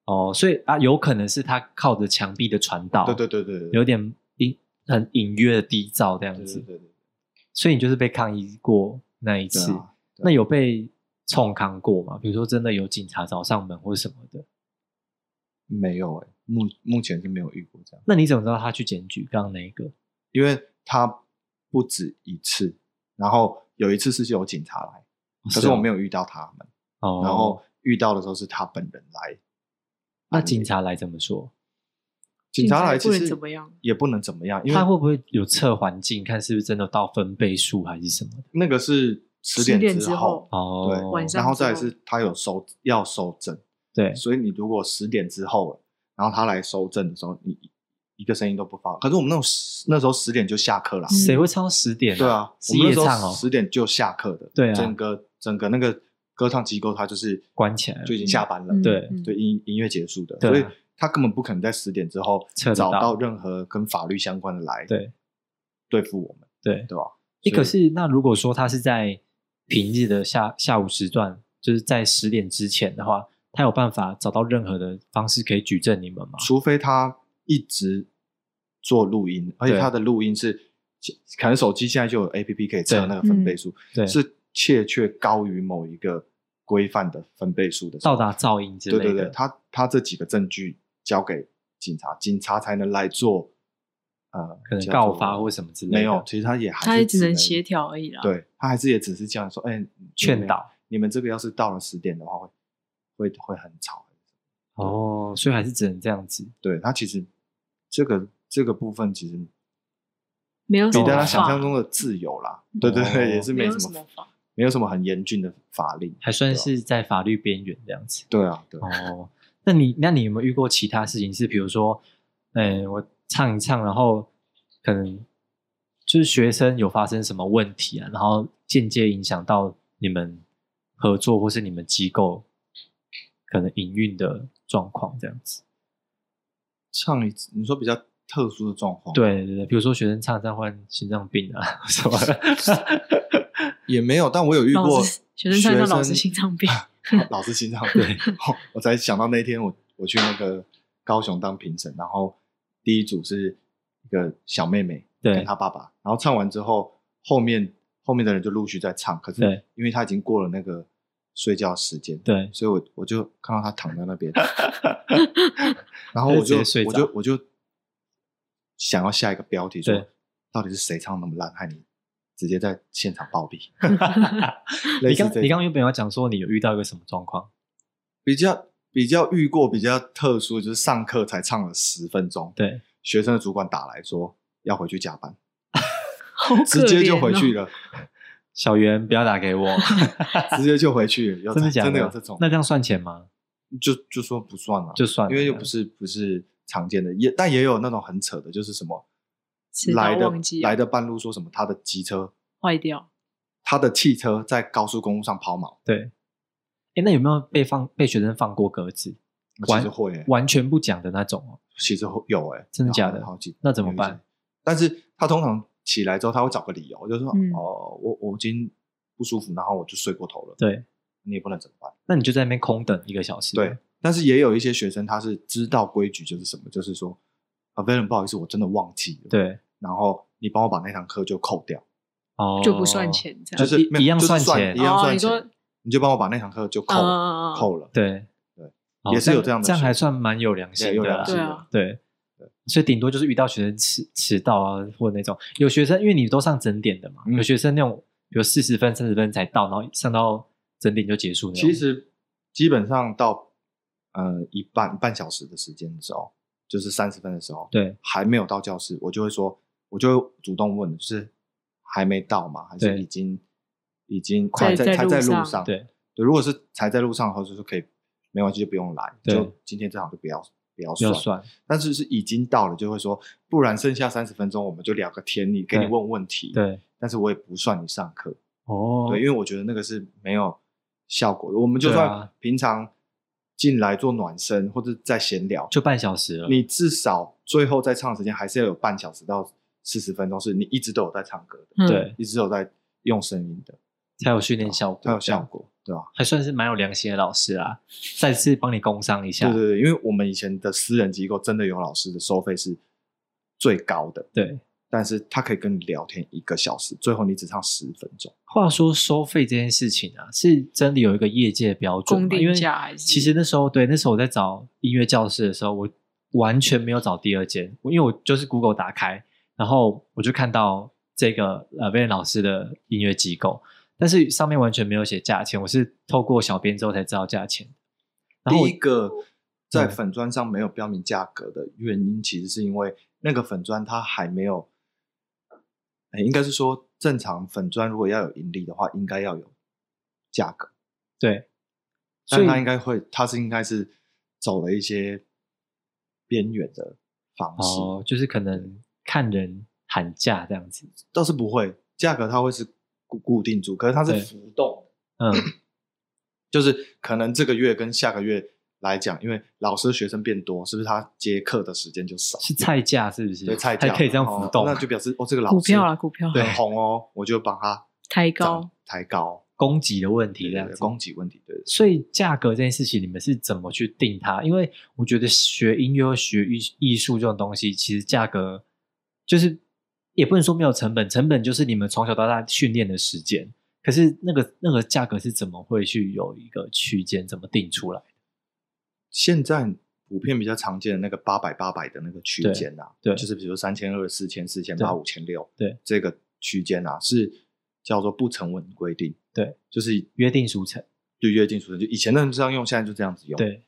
S2: 哦，所以啊，有可能是他靠着墙壁的传导，
S3: 对对对对对，
S2: 哦有
S3: 对
S2: 点隐很隐约的低噪这样
S3: 对
S2: 子，
S3: 对对对，
S2: 所以你就是被抗议过那一次。
S3: 对啊对
S2: 那有被冲康过吗？比如说真的有警察找上门或什么的，
S3: 没有哎，目目前是没有遇过这样，
S2: 那你怎么知道他去检举刚刚那一个？
S3: 因为他不止一次，然后有一次是有警察来。可是我没
S2: 有。
S3: 有遇到他们，
S2: 哦，
S3: 然后遇到的时候是他本人来，
S2: 那警察来怎么说？
S3: 警察来其
S1: 不能
S3: 实
S1: 怎么样，
S3: 也不能怎么样，因
S2: 他
S3: 为
S2: 会不会有测环境，看是不是真的到分贝数还是什么的？
S3: 那个是十
S1: 10
S3: 点
S1: 点之
S3: 后
S1: 后，
S3: 对，
S2: 哦，
S1: 晚上
S3: 然后
S1: 之
S3: 再来
S1: 后
S3: 是他有收要收证，
S2: 对
S3: 所以你如果十点之后了，然后他来收证的时候，你一个声音都不发。可是我们那种十那时候十点就下课了，
S1: 嗯
S2: 谁会超十点、
S3: 对啊，
S2: 是
S3: 我们
S2: 夜
S3: 那时
S2: 唱哦
S3: 候，十点就下课的，
S2: 对啊
S3: 整个整个那个歌唱机构它就是
S2: 关起来了
S3: 就已经下班了，
S1: 嗯
S2: 对
S1: 嗯
S3: 对音音乐结束的，
S2: 对啊
S3: 所以他根本不可能在十点之后
S2: 测得
S3: 找
S2: 到
S3: 到任何跟法律相关的来
S2: 对
S3: 对付我们，
S2: 对。
S3: 对吧？
S2: 诶可
S3: 所
S2: 是那如果说他是在平日的下下午时段，就是在十点之前的话，他有办法找到任何的方式可以举证你们吗
S3: 以？除非他一直做录音，而且
S2: 对
S3: 他的录音是可能手机现在就有 A P P 可以测
S2: 对
S3: 那个分
S1: 嗯
S3: 贝数，
S2: 对，
S3: 是确确高于某一个规范的分贝数的时候
S2: 到达噪音之类
S3: 对
S2: 的。
S3: 对对，他他这几个证据交给警察，警察才能来做呃，
S2: 可能
S3: 叫
S2: 告
S3: 做
S2: 发或什么之类的。
S3: 没有，其实他也还是
S1: 他也只能
S3: 能
S1: 协，调而已啦。，
S3: 对他还是也只是这样说，哎，你们
S2: 劝导。
S3: 你们这个要是到了十点的话，会会会很吵。
S2: 哦，所以还是只能这样子。
S3: 对他其实这个这个部分其实
S1: 没有什
S3: 比
S1: 么
S3: 大家
S1: 法
S3: 想象中的自由啦，对对对，
S2: 哦
S3: 也是
S1: 没
S3: 没
S1: 有
S3: 什
S1: 什
S3: 么
S1: 么法，
S3: 没有什么很严峻的法令，
S2: 还算是在法律边缘这样子。
S3: 对啊对啊，
S2: 哦，那你那你有没有遇过其他事情是，比如说，嗯，我唱一唱，然后可能就是学生有发生什么问题啊，然后间接影响到你们合作或是你们机构可能营运的状况这样子。
S3: 唱一次你说比较特殊的状况，，
S2: 对对对，比如说学生唱一唱患心脏病啊 什么的，
S3: 也没有，但我有遇
S1: 老
S3: 过
S1: 师 学生唱到老师
S3: 学
S1: 心脏病，
S3: 老师心脏 病
S2: 对，
S3: 我才想到那一天我我去那个高雄当评审，然后第一组是个小妹妹
S2: 对
S3: 跟她爸爸，然后唱完之后，后面后面的人就陆续在唱，可
S2: 对
S3: 是因为他已经过了那个睡觉时间，
S2: 对，
S3: 所以我我就看到他躺在那 边，然后
S2: 他就
S3: 我
S2: 直
S3: 就
S2: 接睡着
S3: 我就我就想要下一个标题说
S2: 对，
S3: 到底是谁唱那么烂，害你直接在现场 暴毙？类
S2: 你
S3: 似
S2: 刚
S3: 这
S2: 你
S3: 种
S2: 刚原本要讲说你有遇到一个什么状况？
S3: 比较比较遇过比较特殊，就是上课才唱了十分钟，
S2: 对，
S3: 学生的主管打来说要回去加班，
S1: 好可怜、哦，
S3: 直接就回去了，
S2: 小袁不要打 给我，
S3: 直接就回去了，有
S2: 哦真的假
S3: 真
S2: 的
S3: 的有这种，
S2: 那这样算钱吗？
S3: 就就说不算了，
S2: 就算了，
S3: 因为又不是不是常见的，也但也有那种很扯的，就是什么
S1: 迟到
S3: 来的
S1: 忘记了
S3: 来的半路说什么他的机车、
S1: 坏掉。
S3: 他的汽车在高速公路上抛锚，
S2: 对。哎，那有没有被放被学生放过鸽子，
S3: 其
S2: 完
S3: 实会、欸，
S2: 完全不讲的那种哦？
S3: 其实会有哎、欸，
S2: 真的假的
S3: 好好几
S2: 那怎么办？
S3: 有一些但是他通常起来之后，他会找个理由，就是说、
S1: 嗯
S3: 哦，我我今天不舒服，然后我就睡过头了，
S2: 对，
S3: 你也不能怎么办。
S2: 那你就在那边空等一个小时。
S3: 对，，但是也有一些学生他是知道规矩就是什么，就是说啊 v a l e n 不好意思，我真的忘记了，，
S2: 对，
S3: 然后你帮我把那堂课就扣掉，
S2: 哦，
S1: 就不算。钱这
S3: 就
S1: 样。
S3: 是
S2: 一
S3: 没有
S2: 一样
S3: 就是
S2: 算
S3: 算
S2: 钱
S3: 一样
S1: 哦
S3: 算
S1: 你
S3: 钱，
S1: 说
S3: 你就帮我把那堂课就扣
S1: 嗯嗯嗯嗯
S3: 扣了，
S2: 对
S3: 对，
S2: 哦
S3: 也是有这样的
S2: 这样
S3: 学
S2: 还
S3: 生
S2: 算蛮有良
S3: 对，
S2: 心
S3: 有
S2: 的啦
S3: 良。心
S1: 对
S3: 的
S1: 啊，
S2: 对
S3: 对，
S2: 所以顶多就是遇到学生迟迟到啊，或那种有学生，因为你都上整点的嘛，
S3: 嗯
S2: 有学生那种比如四十分、三十分才到，然后上到整点就结束那种。
S3: 其实基本上到呃一半半小时的时间的时候，就是三十分的时候，
S2: 对
S3: 还没有到教室，我就会说，我就会主动问，就是还没到吗？还
S2: 对
S3: 是已经已经
S1: 在在
S3: 才在才
S1: 路
S3: 在路
S1: 上
S3: 上？
S2: 对
S3: 对，如果是才在路上的话，就是可以没关系，就不用来，
S2: 对
S3: 就今天这场就不要不要算。
S2: 要算，
S3: 但是是已经到了，就会说，不然剩下三十分钟我们就聊个天，你给你
S2: 对
S3: 问问题，
S2: 对
S3: 但是我也不算你上课，
S2: 哦，
S3: 对，因为我觉得那个是没有效果的。我们就
S2: 对啊
S3: 算平常进来做暖身或者在闲聊，
S2: 就半小时了。
S3: 你至少最后再唱的时间还是要有半小时到四十分钟，是你一直都有在唱歌的，
S1: 嗯
S2: 对
S3: 一直都有在用声音的，
S2: 才有训练效果，
S3: 才有效
S2: 这样，
S3: 果，对吧、
S2: 还算是蛮有良心的老师啊。再次帮你工商一下，
S3: 对对对，因为我们以前的私人机构真的有老师的收费是最高的，
S2: 对
S3: 但是他可以跟你聊天一个小时，最后你只唱十分钟。
S2: 话说收费这件事情啊，是真的有一个业界标准
S1: 公
S2: 吗，
S1: 定
S2: 因为
S1: 价还是
S2: 其实那时候对，那时候我在找音乐教室的时候，我完全没有找第二间，因为我就是 Google 打开，然后我就看到这个呃 v a n 老师的音乐机构，但是上面完全没有写价钱，我是透过小编之后才知道价钱。然后我
S3: 第一个在
S2: 嗯
S3: 粉砖上没有标明价格的原因，其实是因为那个粉砖它还没有，哎应该是说正常粉砖如果要有盈利的话，应该要有价格，
S2: 对，所
S3: 但
S2: 以
S3: 它应该会，它是应该是走了一些边缘的方式，
S2: 哦，就是可能看人喊价这样子，
S3: 倒是不会，价格它会是固固定住，可是它是
S2: 对
S3: 浮动的，
S2: 嗯，
S3: 就是可能这个月跟下个月来讲，因为老师的学生变多，是不是他接课的时间就少？
S2: 是菜价是不是？
S3: 对菜价
S2: 还可以这样浮动，
S3: 哦那就表示哦，这个老师
S1: 股票啦，股票
S2: 对
S3: 很红哦，我就帮他
S1: 抬
S3: 涨
S1: 高，
S3: 抬高，
S2: 供给的问
S3: 对
S2: 题这
S3: 对
S2: 样
S3: 对，
S2: 子。
S3: 供给问题，对对对
S2: 所以价格这件事情，你们是怎么去定它？因为我觉得学音乐、学艺艺术这种东西，其实价格就是也不能说没有成本，成本就是你们从小到大训练的时间。可是那个那个价格是怎么会去有一个区间，怎么定出来？
S3: 现在普遍比较常见的那个八百八百的那个区间啊，
S2: 对对
S3: 就是比如三千二、四千、四千八、
S2: 对
S3: 五千六，
S2: 对，
S3: 这个区间啊是叫做不成文规定，
S2: 对，
S3: 就是
S2: 约定俗成，
S3: 对约定俗成，就以前的人这样用，现在就这样子用，
S2: 对，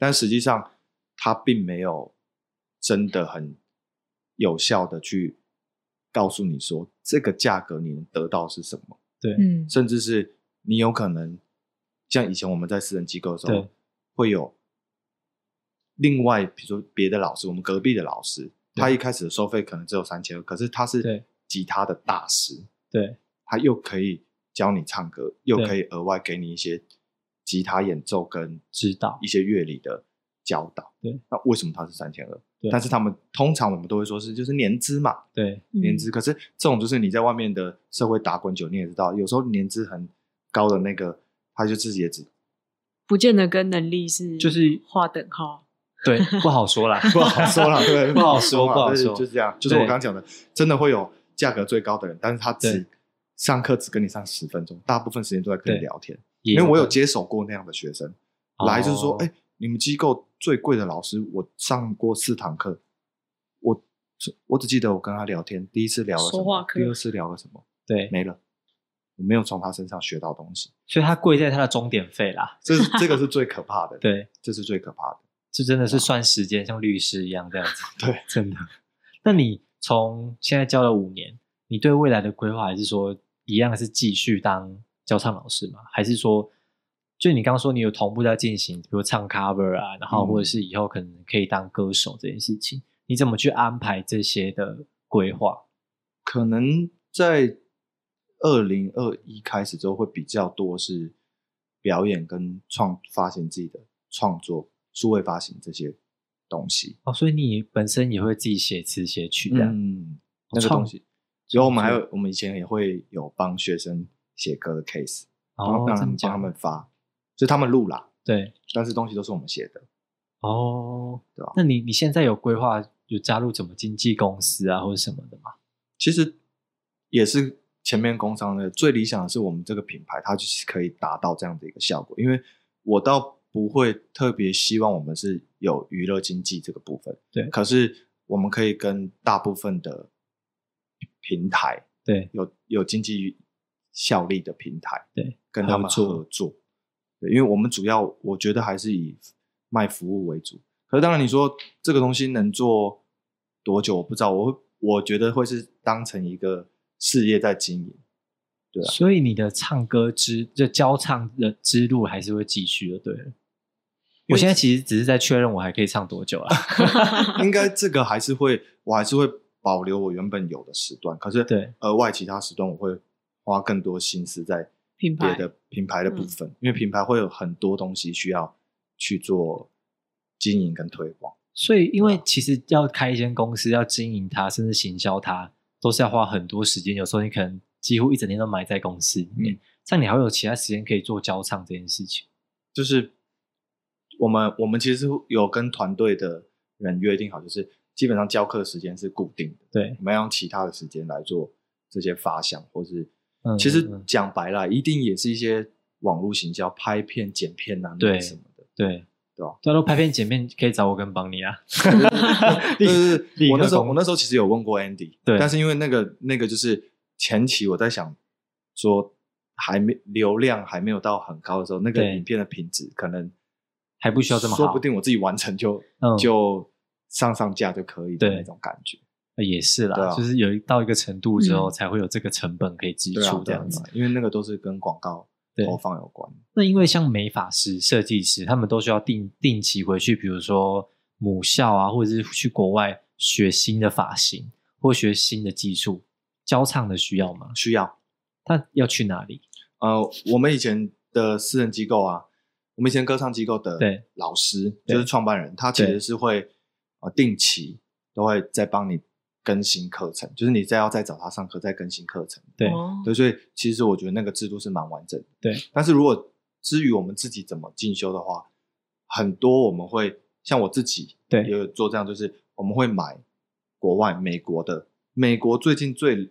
S3: 但实际上它并没有真的很有效的去告诉你说这个价格你能得到是什么，
S1: 嗯，
S3: 甚至是你有可能像以前我们在私人机构的时
S2: 对
S3: 候会有另外，比如说别的老师，我们隔壁的老师，
S2: 对
S3: 他一开始的收费可能只有三千二，可是他
S2: 对
S3: 是吉他的大师，
S2: 对，
S3: 他又可以教你唱歌，又
S2: 对
S3: 可以额外给你一些吉他演奏跟
S2: 指导
S3: 一些乐理的教导。
S2: 对，
S3: 那为什么它是三千二
S2: 对？
S3: 但是他们通常我们都会说是就是年资嘛，
S2: 对，
S1: 嗯
S3: 年资。可是这种就是你在外面的社会打滚久，你也知道，有时候年资很高的那个，他就自己也只
S1: 不见得跟能力是
S2: 就是
S1: 划等号，
S2: 对， 不好说 啦，
S3: 不好说了，对，
S2: 不好说
S3: 嘛
S2: 不好
S3: 但是
S2: 说
S3: 就是这样，就是我
S2: 对
S3: 刚刚讲的，真的会有价格最高的人，但是他只
S2: 对
S3: 上课只跟你上十分钟，大部分时间都在跟你
S2: 对
S3: 聊天。
S2: 也
S3: 因为我有
S2: 可
S3: 接手过那样的学生，来就是说，
S2: 哦
S3: 哎、你们机构最贵的老师，我上过四堂课，我我只记得我跟他聊天，第一次聊了什
S1: 说话
S3: 么，
S1: 课
S3: 第二次聊了什么，
S2: 对，
S3: 没了，我没有从他身上学到东西，
S2: 所以它贵在它的钟点费啦。
S3: 这 是这个是最可怕的，，
S2: 对，
S3: 这是最可怕的。
S2: 这真的是算时间，像律师一样这样子。
S3: 啊 对，
S2: 真的。 那你从现在教了五年，你对未来的规划还是说一样是继续当教唱老师吗？还是说，就你刚刚说你有同步在进行，比如唱 cover 啊，然后
S3: 嗯
S2: 或者是以后可能可以当歌手这件事情，你怎么去安排这些的规划？
S3: 可能在二零二一开始之后，会比较多是表演跟创发行自己的创作、数位发行这些东西。
S2: 哦，所以你本身也会自己写词写曲的、
S3: 嗯，那个
S2: 创
S3: 东西。然后我们还
S2: 创
S3: 有，我们以前也会有帮学生写歌的 case，然
S2: 哦
S3: 后，让他
S2: 真
S3: 们
S2: 的假
S3: 帮
S2: 的
S3: 他们发，就他们录啦，
S2: 对
S3: 但是东西都是我们写的。
S2: 哦，
S3: 对啊
S2: 那你你现在有规划有加入什么经纪公司啊，或者什么的吗？
S3: 其实也是前面工商的最理想的是我们这个品牌，它就是可以达到这样的一个效果。因为我倒不会特别希望我们是有娱乐经济这个部分，
S2: 对
S3: 可是我们可以跟大部分的平台
S2: 对，
S3: 有有经济效力的平台，
S2: 对，
S3: 跟他们
S2: 合作
S3: 合作。对，因为我们主要我觉得还是以卖服务为主。可是当然，你说这个东西能做多久，我不知道。我会我觉得会是当成一个事业在经营。对啊
S2: 所以你的唱歌之就教唱的之路还是会继续的，对了。
S3: 因
S2: 我
S3: 为
S2: 现在其实只是在确认我还可以唱多久啊？
S3: 应该这个还是会，我还是会保留我原本有的时段。可是
S2: 对
S3: 额外其他时段，我会花更多心思在
S1: 品
S3: 别
S1: 牌
S3: 的品牌的部分，因为品牌会有很多东西需要去做经营跟推广。
S2: 所以
S3: 啊
S2: 因为其实要开一间公司，要经营它，甚至行销它，都是要花很多时间。有时候你可能几乎一整天都埋在公司里面，
S3: 嗯
S2: 这样你还会有其他时间可以做教唱这件事情。
S3: 就是我们我们其实有跟团队的人约定好，就是基本上教课时间是固定的，
S2: 对，
S3: 我们要用其他的时间来做这些发想，或是、
S2: 嗯
S3: 其实
S2: 嗯嗯
S3: 讲白了，一定也是一些网络行销、拍片、剪片啊，
S2: 对
S3: 那什么的。
S2: 对，
S3: 对啊
S2: 到时候拍片剪片可以找我跟帮你 啊。
S3: 对对
S2: 立
S3: 对，我那
S2: 刻
S3: 时候
S2: 公
S3: 我那时候其实有问过 Andy，
S2: 对
S3: 但是因为那个那个就是前期我在想说还没流量还没有到很高的时候，那个
S2: 对
S3: 影片的品质可能
S2: 还不需要这么好
S3: 说不定我自己完成就、
S2: 嗯
S3: 就上上架就可以的
S2: 对
S3: 那种感觉，
S2: 呃也是啦，
S3: 对啊
S2: 就是有一到一个程度之
S1: 嗯
S2: 后，才会有这个成本可以支
S3: 对啊
S2: 出这
S3: 对啊
S2: 样子。
S3: 对啊因为那个都是跟广告
S2: 对
S3: 投放有关。
S2: 那因为像美发师、设计师，他们都需要定定期回去，比如说母校啊，或者是去国外学新的发型或学新的技术。教唱的需要吗？
S3: 需要
S2: 他要去哪里？
S3: 呃，我们以前的私人机构啊，我们以前歌唱机构的
S2: 对
S3: 老师
S2: 对
S3: 就是创办人，他其
S2: 对
S3: 实是会呃定期都会再帮你更新课程，就是你再要再找他上课再更新课程。
S2: 对
S1: 哦
S3: 对，所以其实我觉得那个制度是蛮完整的。
S2: 对，
S3: 但是如果至于我们自己怎么进修的话，很多我们会像我自己
S2: 对
S3: 也有做这样，就是我们会买国外美国的，美国最近最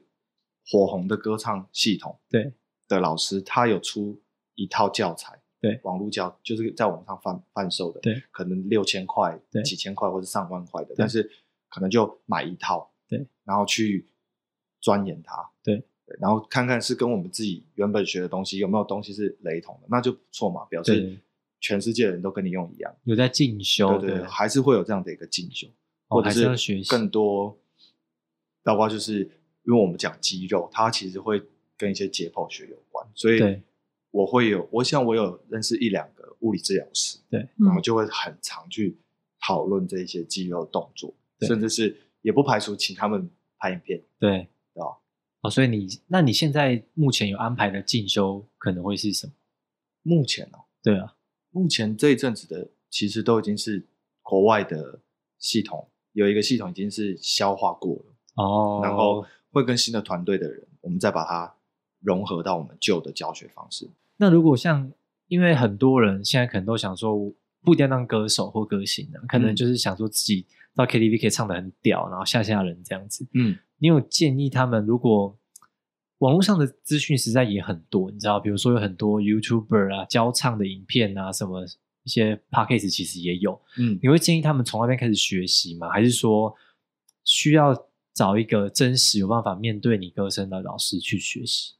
S3: 火红的歌唱系统
S2: 对
S3: 的老师，他有出一套教材，
S2: 对
S3: 网络教就是在网上贩贩售的，
S2: 对，
S3: 可能六千块
S2: 对、
S3: 几千块或者上万块的，但是可能就买一套，
S2: 对，
S3: 然后去钻研它，
S2: 对
S3: 对，然后看看是跟我们自己原本学的东西有没有东西是雷同的，那就不错嘛，表
S2: 对
S3: 示全世界人都跟你用一样，
S2: 有在进修
S3: 对
S2: 的，
S3: 对，对还是会有这样的一个进修，
S2: 哦
S3: 或
S2: 还
S3: 者
S2: 是要学习。
S3: 更多，包括就是因为我们讲肌肉，它其实会跟一些解剖学有关，所以
S2: 对
S3: 我会有，我想我有认识一两个物理治疗师，
S2: 对，
S1: 嗯
S3: 我们就会很常去讨论这一些肌肉动作，
S2: 对
S3: 甚至是也不排除请他们拍影片，
S2: 对
S3: 对吧？
S2: 哦，所以你那你现在目前有安排的进修可能会是什么？
S3: 目前哦，
S2: 对啊，
S3: 目前这一阵子的其实都已经是国外的系统，有一个系统已经是消化过了。
S2: 哦，
S3: 然后会跟新的团队的人，我们再把它融合到我们旧的教学方式。
S2: 那如果像，因为很多人现在可能都想说，不一定要当歌手或歌星啊，可能
S3: 嗯
S2: 就是想说自己到 KTV 可以唱的很屌，然后吓吓人这样子。
S3: 嗯
S2: 你有建议他们，如果网络上的资讯实在也很多，你知道，比如说有很多 YouTuber 啊、教唱的影片啊，什么一些 Podcast 其实也有。
S3: 嗯
S2: 你会建议他们从那边开始学习吗？还是说需要找一个真实有办法面对你歌声的老师去学习？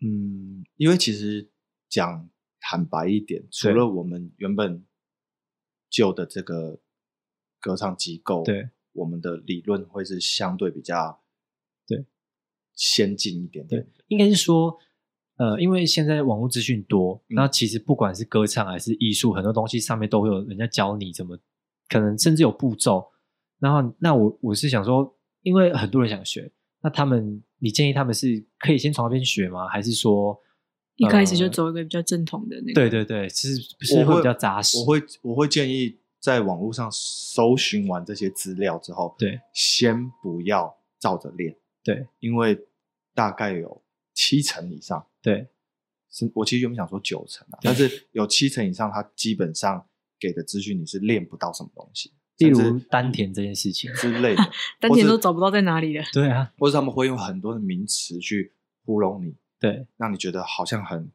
S3: 嗯，因为其实讲坦白一点，除
S2: 对
S3: 了我们原本旧的这个歌唱机构，
S2: 对，
S3: 我们的理论会是相对比较
S2: 对
S3: 先进一点点
S2: 对，应该是说，呃，因为现在网络资讯多，
S3: 嗯
S2: 那其实不管是歌唱还是艺术，很多东西上面都会有人家教你怎么，可能甚至有步骤。然后，那我我是想说，因为很多人想学，那他们，你建议他们是可以先从那边学吗？还是说
S1: 一开始就
S2: 呃
S1: 走一个比较正统的那个，
S2: 对对对，是是
S3: 我会
S2: 会比较扎实。
S3: 我会我会建议在网络上搜寻完这些资料之后，
S2: 对
S3: 先不要照着练，
S2: 对
S3: 因为大概有七成以上，
S2: 对
S3: 是我其实原本想说九成啊，但是有七成以上，它基本上给的资讯你是练不到什么东西，
S2: 例
S3: 甚
S2: 如
S3: 至
S2: 丹田这件事情，
S3: 之 类的，
S1: 丹田
S3: 或
S1: 都
S3: 是
S1: 找不到在哪里了。
S2: 对啊，
S3: 或者他们会用很多的名词去糊弄你，
S2: 对
S3: 让你觉得好像很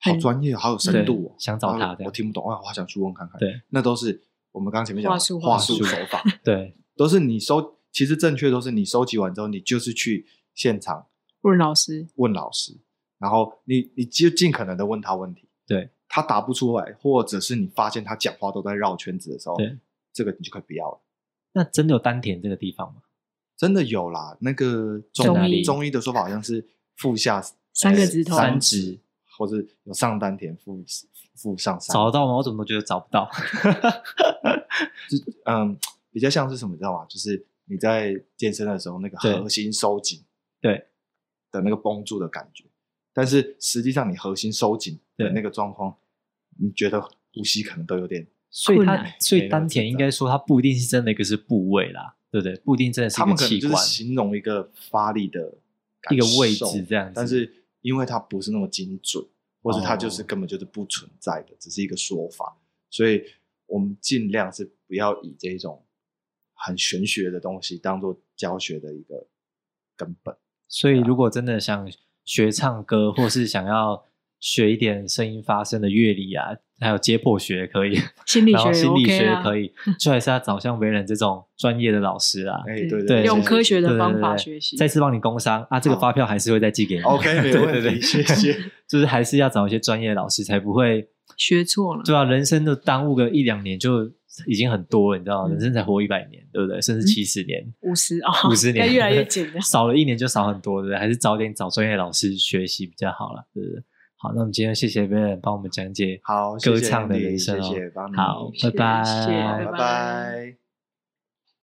S1: 很
S3: 好专业，好有深
S2: 对
S3: 度哦，
S2: 想找
S3: 然
S2: 他
S3: 后
S2: 这样
S3: 我听不懂啊，我好想去问看看。
S2: 对，
S3: 那都是我们刚刚前面讲的
S1: 话术
S3: 话
S1: 话
S3: 术
S2: 术
S3: 手 法，
S2: 对
S3: 都是你收，其实正确都是你收集完之后，你就是去现场
S1: 问老师，
S3: 问老师，然后你你就尽可能的问他问题，
S2: 对
S3: 他答不出来，或者是你发现他讲话都在绕圈子的时候，
S2: 对。
S3: 这个你就可以不要了。
S2: 那真的有丹田这个地方吗？
S3: 真的有啦，那个
S1: 中
S3: 中
S1: 医
S3: 中医的说法好像是腹下
S1: 三个
S3: 呃
S1: 指头
S3: 三指，或者有上丹田，腹腹上三
S2: 找得到吗？我怎么都觉得找不 到。
S3: 嗯，比较像是什么，你知道吗？就是你在健身的时候，那个
S2: 对
S3: 核心收紧，
S2: 对
S3: 的那个绷住的感觉。但是实际上，你核心收紧的
S2: 对
S3: 那个状况，你觉得呼吸可能都有点，
S2: 所以
S1: 困
S2: 它
S1: 难
S2: 所
S3: 没
S2: 以
S3: 有
S2: 丹田
S3: 是
S2: 应
S3: 这
S2: 该说它不一定是真的一个是部位啦，对不对？不一定真的是
S3: 他
S2: 一个
S3: 们可能
S2: 器
S3: 就是
S2: 官，
S3: 形容一个发力的感
S2: 一个位
S3: 受
S2: 置这样子。
S3: 但是因为它不是那么精准，或者它就是
S2: 哦
S3: 根本就是不存在的，只是一个说法，所以我们尽量是不要以这种很玄学的东西当做教学的一个根本。
S2: 所
S3: 啊
S2: 以如果真的想学唱歌，或是想要学一点声音发声的乐理啊，还有解剖学也可以，
S1: 心理
S2: 然
S1: 学
S2: 后
S1: 也
S2: 心理
S1: OK
S2: 学也
S1: 啊，
S2: 可 以，就还是要找像维人这种专业的老师啊。
S3: 哎，
S1: 对
S3: 对
S2: 对
S1: 用
S2: 对
S1: 科学
S2: 对
S1: 的
S2: 对
S1: 方
S2: 对
S1: 法
S2: 对
S1: 学习。
S2: 再次帮你工商啊，这个
S3: 好
S2: 发票还是会再寄给你。
S3: OK，没
S2: 对
S3: 问
S2: 对对
S3: 题，谢谢。
S2: 就是还是要找一些专业的老师，才不会
S1: 学错了
S2: 对啊，人生都耽误个一两年就已经很多了，你知道
S1: 嗯
S2: 吗，人生才活一百年，对不对？甚至
S1: 嗯
S2: 七十年、
S1: 五十啊，
S2: 五十年，
S1: 该越来越紧了。
S2: 少了一年就少很多，对不对？还是早点找专业老师学习比较好了，对不对？好，那我们今天谢谢 v a 帮我们讲解
S3: 好，谢
S2: 歌
S3: 谢
S2: 唱的
S3: Andy，
S2: 人生哦
S3: 谢谢帮你，
S2: 好，
S1: 谢
S2: 拜拜，
S1: 谢
S3: 好
S1: 拜
S3: 拜
S1: 拜
S3: 拜。